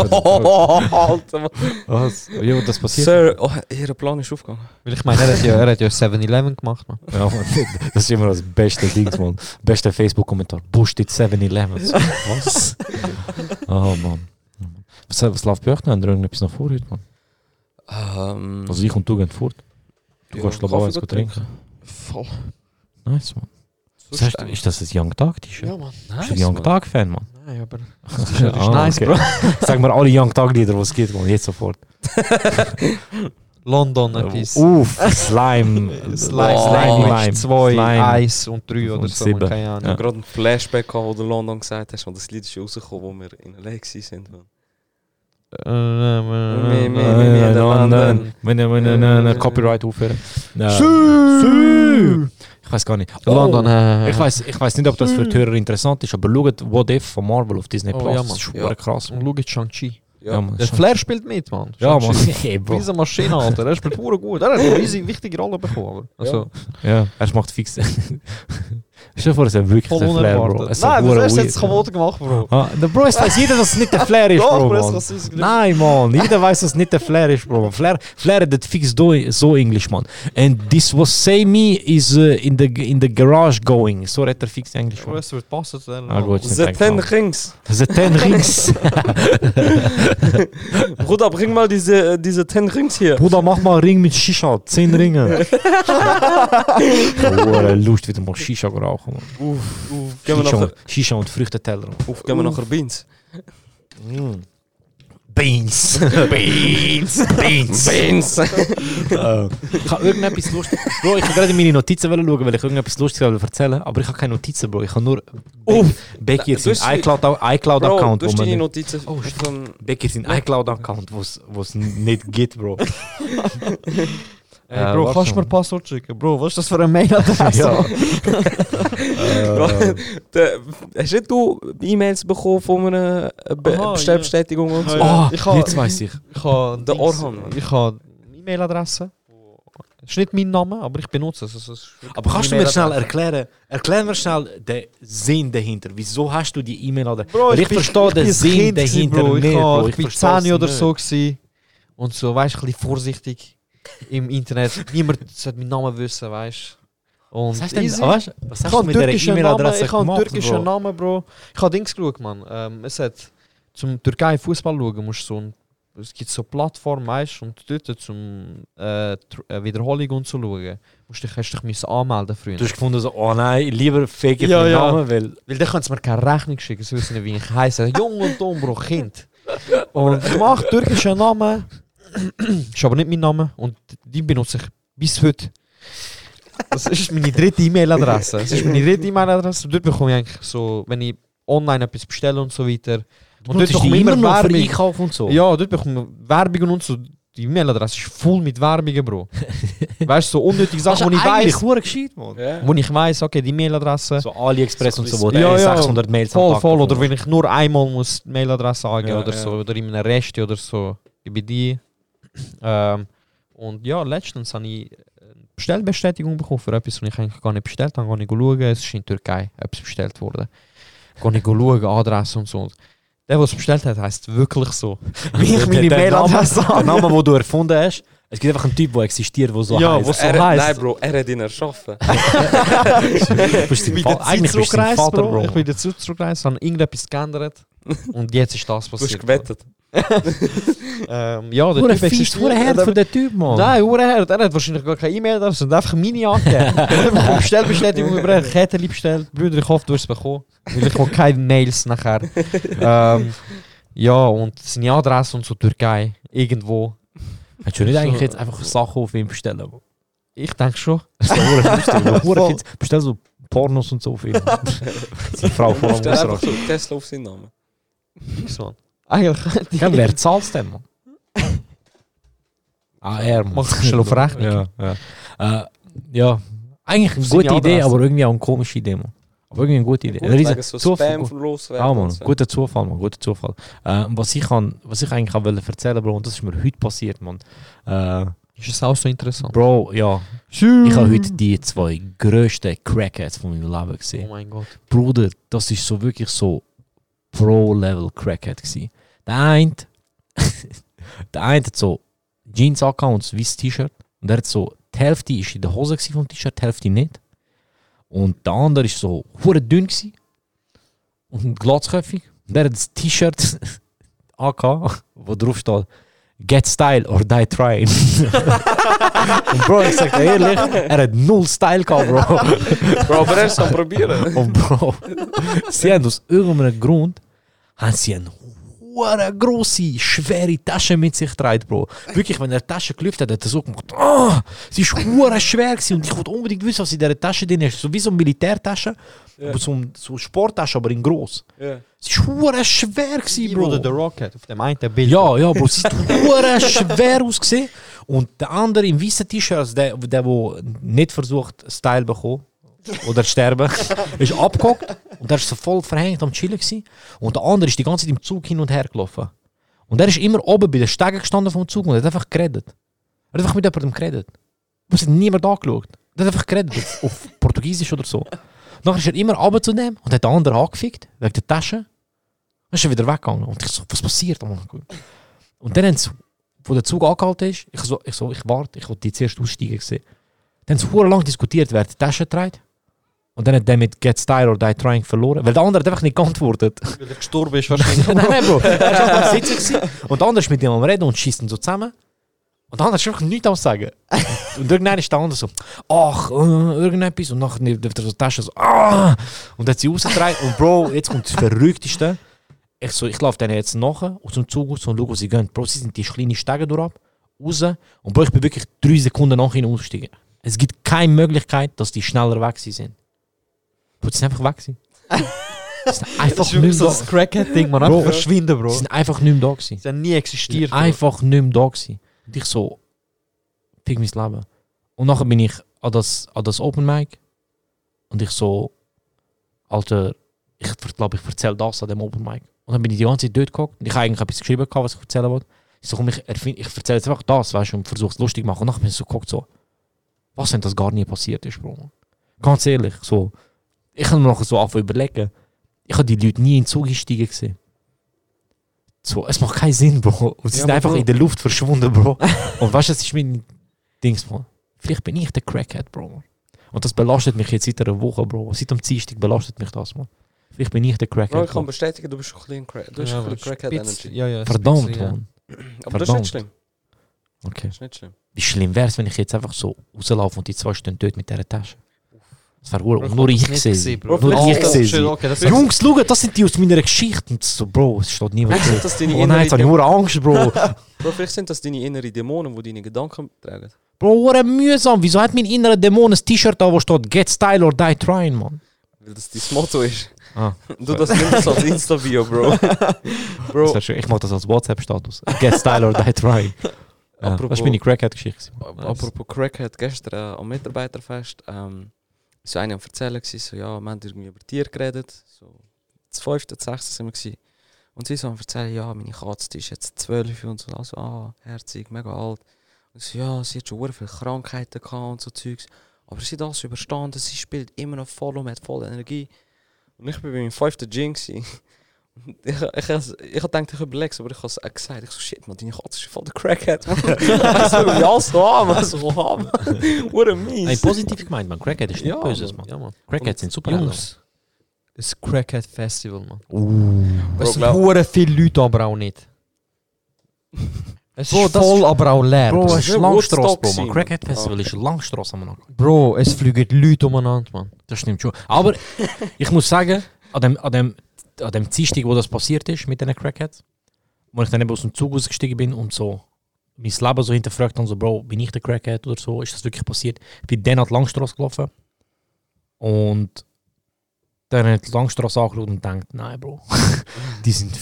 Oh, Alter, Mann. Was? Ja, was das passiert? Sir, oh, ihr Plan ist aufgegangen. Weil ich meine, er hat ja, er hat ja 7-Eleven gemacht. Man. Ja, Mann, das ist immer das beste Ding, man. Beste Facebook-Kommentar. Bush did 7-Eleven. So, Was? Oh, Mann. Was, was läuft bei euch noch? Habt ihr irgendetwas noch vor heute, Mann? Ähm, Also ich und du gehen fort. Du ja, kannst, glaube ich, auch eins Kaffee gut trinken. Voll. Nice, Mann. Sonst Das heißt, eigentlich- ist das ein Young Tag-T-Shirt? Ja, Mann. Bist du ein Young Tag-Fan, Mann? Nein, aber das ist, das ist nice, okay. Bro. Sag mal alle Young Tag-Lieder, die es gibt, Mann. Jetzt sofort. London etwas. Uff, Slime. Slime, Slime, Oh, Slime. Slime, 2, Slime. 1 und 3 oder Und so. sieben. Keine Ahnung. Ich habe gerade einen Flashback gehabt, wo du London gesagt hast, want das Lied ist schon rausgekommen, wo wir in L.A. sind. Äh, äh, Meh, Nein, meh, meh, nein, nein, der Mann, nein. Wenn wir wenn wir Copyright aufhören. Nein. Ich weiß gar nicht. Oh, London, äh, Ich weiß, ich weiß nicht, ob das für die Hörer interessant ist, aber schaut What If von Marvel auf Disney Oh, Plus. ja, das Mann. ist Ja. ja. Mm. krass. Und Mann. schau jetzt Shang-Chi. Ja, Mann. Der Flair spielt mit, Mann. Ja, Mann. Shang-Chi. Hey, Bro. Riesen Maschine, Alter. Er spielt pure gut. Er hat eine riesige, wichtige Rolle bekommen. Aber. Also, Ja, er macht fix. Stell dir vor, es ist wirklich voll der Flair, Bro. unerwartet. Es ist Nein, hure das hast du weird, jetzt Mann. gewohnt gemacht, Bro. Ah, der Bro, es weiß jeder, dass es nicht der Flair ist, Doch, Bro. Bro, es Mann. was ist gelungen. Nein, Mann, jeder weiß, dass es nicht der Flair ist, Bro. Flair, Flair hat das fix do, so Englisch, Mann. And this was say me is uh, in, the, in the garage going. So hat er fix Englisch, Bro, Mann. es wird passen zu Ah, gut, denen. ist nicht eingefallen. Kings. The Ten Rings. Bruder, bring mal diese, äh, diese Ten Rings hier. Bruder, mach mal einen Ring mit Shisha. Oh, Zehn Ringe. Boah, Lust wieder mal Shisha rauchen, Mann. Uff, uff. Gehen wir Shisha und, nachher, Shisha und Früchteteller. Mann. uff, gehen wir nachher Beans. Beans. Beans. Beans. Beans! Äh, ich habe irgendetwas Lustiges. Bro, ich habe gerade in meine Notizen wollen schauen, weil ich irgendetwas Lustiges erzählen wollte, aber ich habe keine Notizen, Bro. Ich habe nur Be Uff. Becky in Du hast die- dus iCloud-Account, iCloud Bro, iCloud du hast deine Account, Notizen Oh, auf dem... Becky in iCloud-Account, wo es nicht geht, Bro. Eh, Ey, Bro, Äh, kannst du mir warte. Passwort schicken? Bro, was ist das für ein Mailadresse? Ja. Bro, der- Hast nicht du E-Mails bekommen von einer äh, Be Aha, Bestellbestätigung und so? Ja. Oh, Ich hab- jetzt weiß ich. Ich habe Der Orhan, Mann. Ich habe eine E-Mail-Adresse. Es ist nicht mein Name, aber ich benutze es. Also, es ist wirklich Aber kannst du meine mir schnell E-Mail-Adresse. erklären, erklär mir schnell den Sinn dahinter. Wieso hast du die E-Mail-Adresse? Bro, Weil ich bin- verstehe bin den ein Sinn Kind gewesen, dahinter Bro. Ich, nicht, hab- Bro. ich bin versteh's 10 oder nicht. so gewesen. und so, weißt du, ein bisschen vorsichtig im Internet. Niemand sollte meinen Namen wissen, weißt du. Und Was hast du denn, easy. weißt, du, was Ich hast du habe mit dieser einen türkischen Namen, E-Mail-Adresse ich habe einen gemacht, türkischen Bro? Namen, Bro. Ich habe Dings geschaut, Mann. Ähm, es hat zum Türkei Fußball schauen, musst du so ein, es gibt so Plattformen, weißt du, und dort zum äh, Tr- äh, Wiederholung und so schauen. Musst dich, hast dich müssen anmelden früher. Du hast gefunden, so, oh nein, lieber fake Ja, den ja. Namen, weil... Weil dann können sie mir keine Rechnung schicken, sie wissen nicht, wie ich heiße. Jung und dumm, Bro, Kind. Und ich mache türkischen Namen, ist aber nicht mein Name und die benutze ich bis heute. Das ist meine dritte E-Mail-Adresse. Das ist meine dritte E-Mail-Adresse. Dort bekomme ich eigentlich so, wenn ich online etwas bestelle und so weiter. Und dort Benutzt bekomme ich immer noch für Werbung. Einkauf und so. Ja, dort bekomme ich Werbung und so. Die E-Mail-Adresse ist voll mit Werbung, Bro. weißt du, so unnötige das ist Sachen, wo ich eigentlich weiß, verdammt gescheit, Mann. Ja. wo ich weiß, okay, die E-Mail-Adresse. So AliExpress und so, wo Ja, der ja. 600 Mails am Voll, Tag voll. bekommt. Oder wenn ich nur einmal muss die Mailadresse angeben Ja, oder ja. so. Oder in einem Rest oder so. Gebe ich die. Ähm, und ja, letztens habe ich eine Bestellbestätigung bekommen für etwas, was ich eigentlich gar nicht bestellt habe. Gehe ich schauen. Es ist in der Türkei etwas bestellt worden. Gehe ich schauen, Adresse und so. Der, der es bestellt hat, heißt wirklich so. Wie ich meine Mailadresse Der Name, den du erfunden hast. Es gibt einfach einen Typ, der existiert, der so Ja, heißt. was so er, nein, heißt. Bro, er hat ihn erschaffen. bist dein Fa- Eigentlich bist du dein Vater, Bro. Ich bin dazu zurückgereist, habe irgendetwas geändert. Und jetzt ist das Du hast passiert. gewettet. Ähm, ja, der Hure Typ fies, existiert. hure Herd Der- von der Typ, Mann. Nein, Uhrenherd. Er hat wahrscheinlich gar keine E-Mail-Adresse und einfach meine angegeben. Ich habe Bestellbestätigung über eine Kette bestellt. Brüder, ich hoffe, du hast es bekommen. Weil ich will keine Mails nachher. ähm, ja, und seine Adresse und so Türkei. Irgendwo. Hättest du nicht So. eigentlich jetzt einfach Sachen auf ihn bestellen? Mann? Ich denke schon. Das ist doch lustig. Bro. Hure Kids, Bestell so Pornos und so viel. Die Frau vor Du allem hast einfach ausrastet. so Tesla auf seinen Namen. Fix, Mann. Eigentlich hätte ich- Ja, Wer zahlt es denn, Mann? Ah, er, Mann. Macht sich schon auf Rechnung. Ja, ja. Äh, ja. eigentlich eine Auf seine gute Idee, Adresse. aber irgendwie auch eine komische Idee, Mann. Aber irgendwie eine gute Idee. Gut, Ein wegen riesen so Zufall. Spam loswerden. Ah, und Mann, so. guter Zufall, Mann, guter Zufall. Äh, was, ich kann, was ich eigentlich auch wollte erzählen, Bro, und das ist mir heute passiert, Mann. Äh, Ist es auch so interessant? Bro, ja, ich habe heute die zwei grössten Crackheads von meinem Leben Oh gesehen. mein Gott. Bruder, das ist so wirklich so Pro-Level Crackhead gewesen. Der eine, der eine hat so Jeans angehauen und ein weißes T-Shirt. Und der hat so, die Hälfte ist in der Hose gewesen vom T-Shirt, die Hälfte nicht. Und der andere ist so hure dünn gewesen. Und glatzköpfig. Und der hat das T-Shirt angehauen, wo drauf steht, Get Style or Die Trying. und Bro, ich sag dir ehrlich, er hat null Style gehabt, Bro. Bro, aber er ist am probieren. Und Oh, Bro, sie haben aus irgendeinem Grund haben sie eine hure grosse, schwere Tasche mit sich getragen, Bro. Wirklich, wenn er die Tasche gelüftet hat, hat er so gemacht, ah, sie ist hure schwer gewesen und ich wollte unbedingt wissen, was in dieser Tasche drin ist. So wie so eine Militärtasche, aber so, ein- so eine Sporttasche, aber in gross. Ja. Sie ist hure schwer gewesen, Die, Bro. wo der The Rock hat, auf dem einen Bild. Ja, ja, Bro, sie hat hure schwer ausgesehen. Und der andere im weißen T-Shirt, also der, der, der nicht versucht, Style bekommen oder sterben, ist abgehockt und der ist so voll verhängt am Chillen gewesen. Und der andere ist die ganze Zeit im Zug hin und her gelaufen. Und der ist immer oben bei den Stegen gestanden vom Zug und hat einfach geredet. Er hat einfach mit jemandem geredet. Aber Es hat niemand angeschaut. Der hat einfach geredet, auf, auf Portugiesisch oder so. Nachher ist er immer runter zu dem und hat den anderen angefickt, wegen der Tasche. Dann ist er wieder weggegangen. Und ich so, was passiert? Mann? Und dann haben sie, wo der Zug angehalten ist, ich so, ich, so, ich warte, ich wollte die zuerst aussteigen sehen. Dann haben sie verdammt lang diskutiert, wer die Tasche trägt. Und dann hat der mit Get Style or Die Trying verloren, weil der andere hat einfach nicht geantwortet. Weil er gestorben ist wahrscheinlich. nein, nein, Bro. Er ist einfach am Sitzen gewesen. Und der andere ist mit ihm am Reden und schießt ihn so zusammen. Und der andere ist einfach nichts am Sagen. Und irgendwann ist der andere so, ach, äh, irgendetwas. Und nachher nimmt er so die Tasche so, ah. Und hat sie rausgetragen. Und Bro, jetzt kommt das Verrückteste. Ich so, ich laufe denen jetzt nach und zum Zug aus und schaue, wo sie gehen. Bro, sie sind die kleinen Stege durchab, raus. Und Bro, ich bin wirklich drei Sekunden nach ihnen ausgestiegen. Es gibt keine Möglichkeit, dass die schneller weg gewesen sind. Bro, die sind einfach weg gewesen. Die sind einfach Das ist wirklich nicht so da. das Crackhead-Ding, man. Einfach verschwinden, Bro. Sie sind einfach nicht mehr da gewesen. Sie haben nie Sie sind existiert. Bro. einfach nicht mehr da gewesen. Und ich so, fick mein Leben. Und nachher bin ich an das, an das Open Mic und ich so, Alter, ich glaube, ich erzähle das an dem Open Mic. Und dann bin ich die ganze Zeit dort geguckt und ich habe eigentlich etwas geschrieben, gehabt, was ich erzählen wollte. Ich so, komm, ich, erfind- ich erzähle jetzt einfach das, weißt du, und versuche es lustig zu machen. Und nachher bin ich so geguckt, so, was, wenn das gar nie passiert ist, Bro? Ganz ehrlich, so, ich kann mir nachher so anfangen überlegen, ich habe die Leute nie in den Zug gestiegen gesehen. So, es macht keinen Sinn, Bro. Und sie Ja, sind aber einfach Bro- in der Luft verschwunden, Bro. und weißt du, es ist mein Dings, Bro. Vielleicht bin ich der Crackhead, Bro. Und das belastet mich jetzt seit einer Woche, Bro. Seit am Dienstag belastet mich das, Mann. Vielleicht bin ich der Bro, Crackhead. ich kann Bro. bestätigen, du bist ein bisschen Crack- du hast Ja, ein bisschen Bro. Spitz- Crackhead-Energy. Ja, ja, Verdammt, Spitz, ja. Mann. Aber das ist Verdammt. nicht schlimm. Okay. Das ist nicht schlimm. Wie schlimm wäre es, wenn ich jetzt einfach so rauslaufe und die zwei Stunden dort mit dieser Tasche? Das wäre Bro, urlaub. ich Nur hab ich das nicht sehe sie. gesehen, Bro. Nur Ah, ich okay, sehe schön, sie. okay, das Jungs, schau, das sind die aus meiner Geschichte. Und so, Bro, es steht niemand Vielleicht drin. sind das deine Oh nein, jetzt habe ich innere- nur Angst, Bro. Bro, vielleicht sind das deine inneren Dämonen, die deine Gedanken tragen. Bro, hure mühsam. Wieso hat mein innerer Dämon ein T-Shirt an, wo steht Get Style or Die Trying, Mann? Weil das dein Motto ist. Ah. Du, das nimm das als Insta-Bio, Bro. Das Bro, wär schön. Ich mache das als WhatsApp-Status. Get Style or Die Trying. Ja, das Apropos- ist meine Crackhead-Geschichte. Apropos Crackhead, gestern äh, am Mitarbeiterfest ähm, ist so einer am Erzählen, gewesen, so, ja, dus wir haben irgendwie über Tiere geredet, so das fünfte, das sechste sind wir gewesen. Und sie so am Erzählen, ja, meine Katze die ist jetzt zwölf und so, also, ah, herzig, mega alt. Und so, ja, sie hat schon sehr viele Krankheiten gehabt und so Zeugs, aber sie hat alles dus überstanden, sie spielt immer noch voll und hat voll Energie. Und ich bin bei meinem fünften Gin gewesen. Ich, ich, ich, ich hab gedacht, ich überleg's, aber ich hab's auch gesagt. Ich so, shit, man, deine Katze ist voll der Crackhead, man. Weißt du, ja, so haben, also so haben. What a Nein, mies. positiv gemeint, man. Crackhead ist nicht Ja, böses, man. Ja, man. Crackheads sind super Jungs, das Crackhead Festival, man. Uh. es sind glaub- hure viele Leute, aber auch nicht. Es Bro, ist das voll, aber auch leer. Bro, Bro, es ist ist wie Langstrasse, Woodstock Bro. Man. gewesen. Crackhead Festival ist Langstrasse, man. Bro, es fliegen Leute umeinander, man. Das stimmt schon. Aber ich muss sagen, an dem, an dem, an dem Dienstag, wo das passiert ist mit diesen Crackheads, wo ich dann eben aus dem Zug ausgestiegen bin und so mein Leben so hinterfragt und so, Bro, bin ich der Crackhead oder so? Ist das wirklich passiert? Ich bin dann an die Langstrasse gelaufen und dann hat die Langstrasse angeschaut und denkt, nein, Bro, die sind,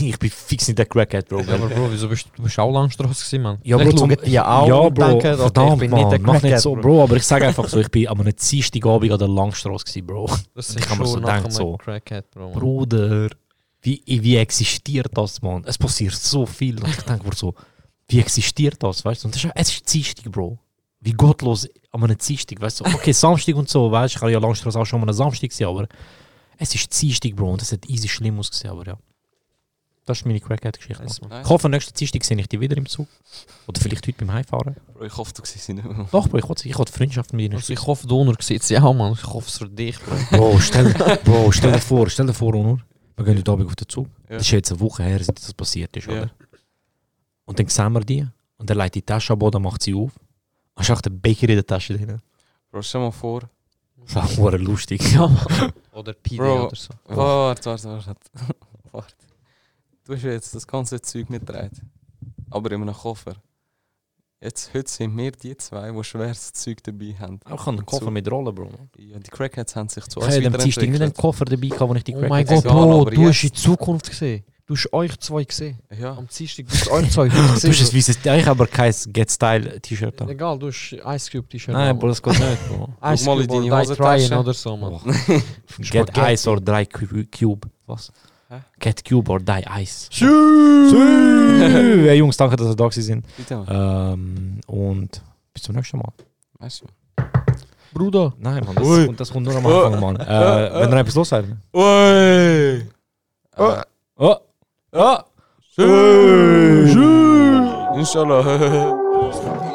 ich bin fix nicht der Crackhead, Bro. Ja, aber Bro, wieso bist du bist auch Langstrasse gewesen, man? Ja, Vielleicht Bro, schauen zum- die auch ja, und Bro, denken, okay, verdammt, ich bin Mann, nicht der mach Crackhead, nicht so, Bro. aber ich sage einfach so, ich bin am einem Dienstagabend an der Langstrasse gewesen, Bro. Das Ich ist kann mir schon so nachher denken, mal so. Crackhead, Bro. man. Bruder, wie, wie existiert das, Mann? Es passiert so viel. Und ich denke mir so, wie existiert das, weißt du? Und das ist, es ist Dienstag, Bro. Wie gottlos an einem Dienstag, weißt du? Okay, Samstag und so, weißt du? Ich habe ja Langstrasse auch schon mal einen Samstag gesehen, aber es ist Dienstag, Bro. Und es hat easy schlimm ausgesehen, aber ja. Das ist meine Crackhead-Geschichte. Mann. Nice, man. Ich hoffe, nächsten Dienstag sehe ich dich wieder im Zug. Oder vielleicht heute beim Heimfahren. Bro, ich hoffe, du siehst ihn nicht mehr. Doch, Bro, ich wollte ich wollte Freundschaft mit ihnen. Also ich hoffe, Donner sieht sie auch, man. Ich hoffe es für dich, Bro. Bro, stell, bro, stell dir vor, stell dir vor, Onur, wir gehen heute Abend auf den Zug. Ja. Das ist jetzt eine Woche her, seit das passiert ist, Ja. oder? Und dann sehen wir die und er legt die Tasche ab oder macht sie auf. Und ist auch der Becher in der Tasche drin. Bro, stell mal vor. Das ist auch verdammt lustig. Oder PD Bro. oder so. Warte, warte, warte. Warte. Du hast ja jetzt das ganze Zeug mitgetragen. Aber in einem Koffer. Jetzt, heute sind wir die zwei, die schweres Zeug dabei haben. Auch einen Koffer Zug. mit Rollen, Bro. Ja, die Crackheads haben sich zu Ich habe dem Dienstag nicht einen weiterentwickelt. Koffer dabei, gehabt, wo ich die Oh mein Crackheads- Gott, Ja, aber Bro, du hast jetzt- in die Zukunft gesehen. Du hast euch zwei gesehen. Ja. Am Dienstag, du hast euch zwei Du hast ein gesehen. weißes, ich habe aber kein Get Style T-Shirt an. Egal, du hast Ice Cube genau. T-Shirt. Nein, an. Bro, das geht nicht, Bro. Ice Guck mal Cube in deine oder Die Hosentasche. Tryin' oder so, man. Get Spaghetti. Ice or Die Cu- Cube. Was? Hä? Get Cube or Die Ice. Tschüss! hey Jungs, danke, dass ihr da gewesen sind. Bitte mal. Ähm, und bis zum nächsten Mal. Weißt du? Bruder. Nein, Mann, das, kommt, das kommt nur am Anfang, Mann. Äh, wenn ihr etwas los seid. Ui! Äh, Oh! Oh! Tschüss! Inshallah.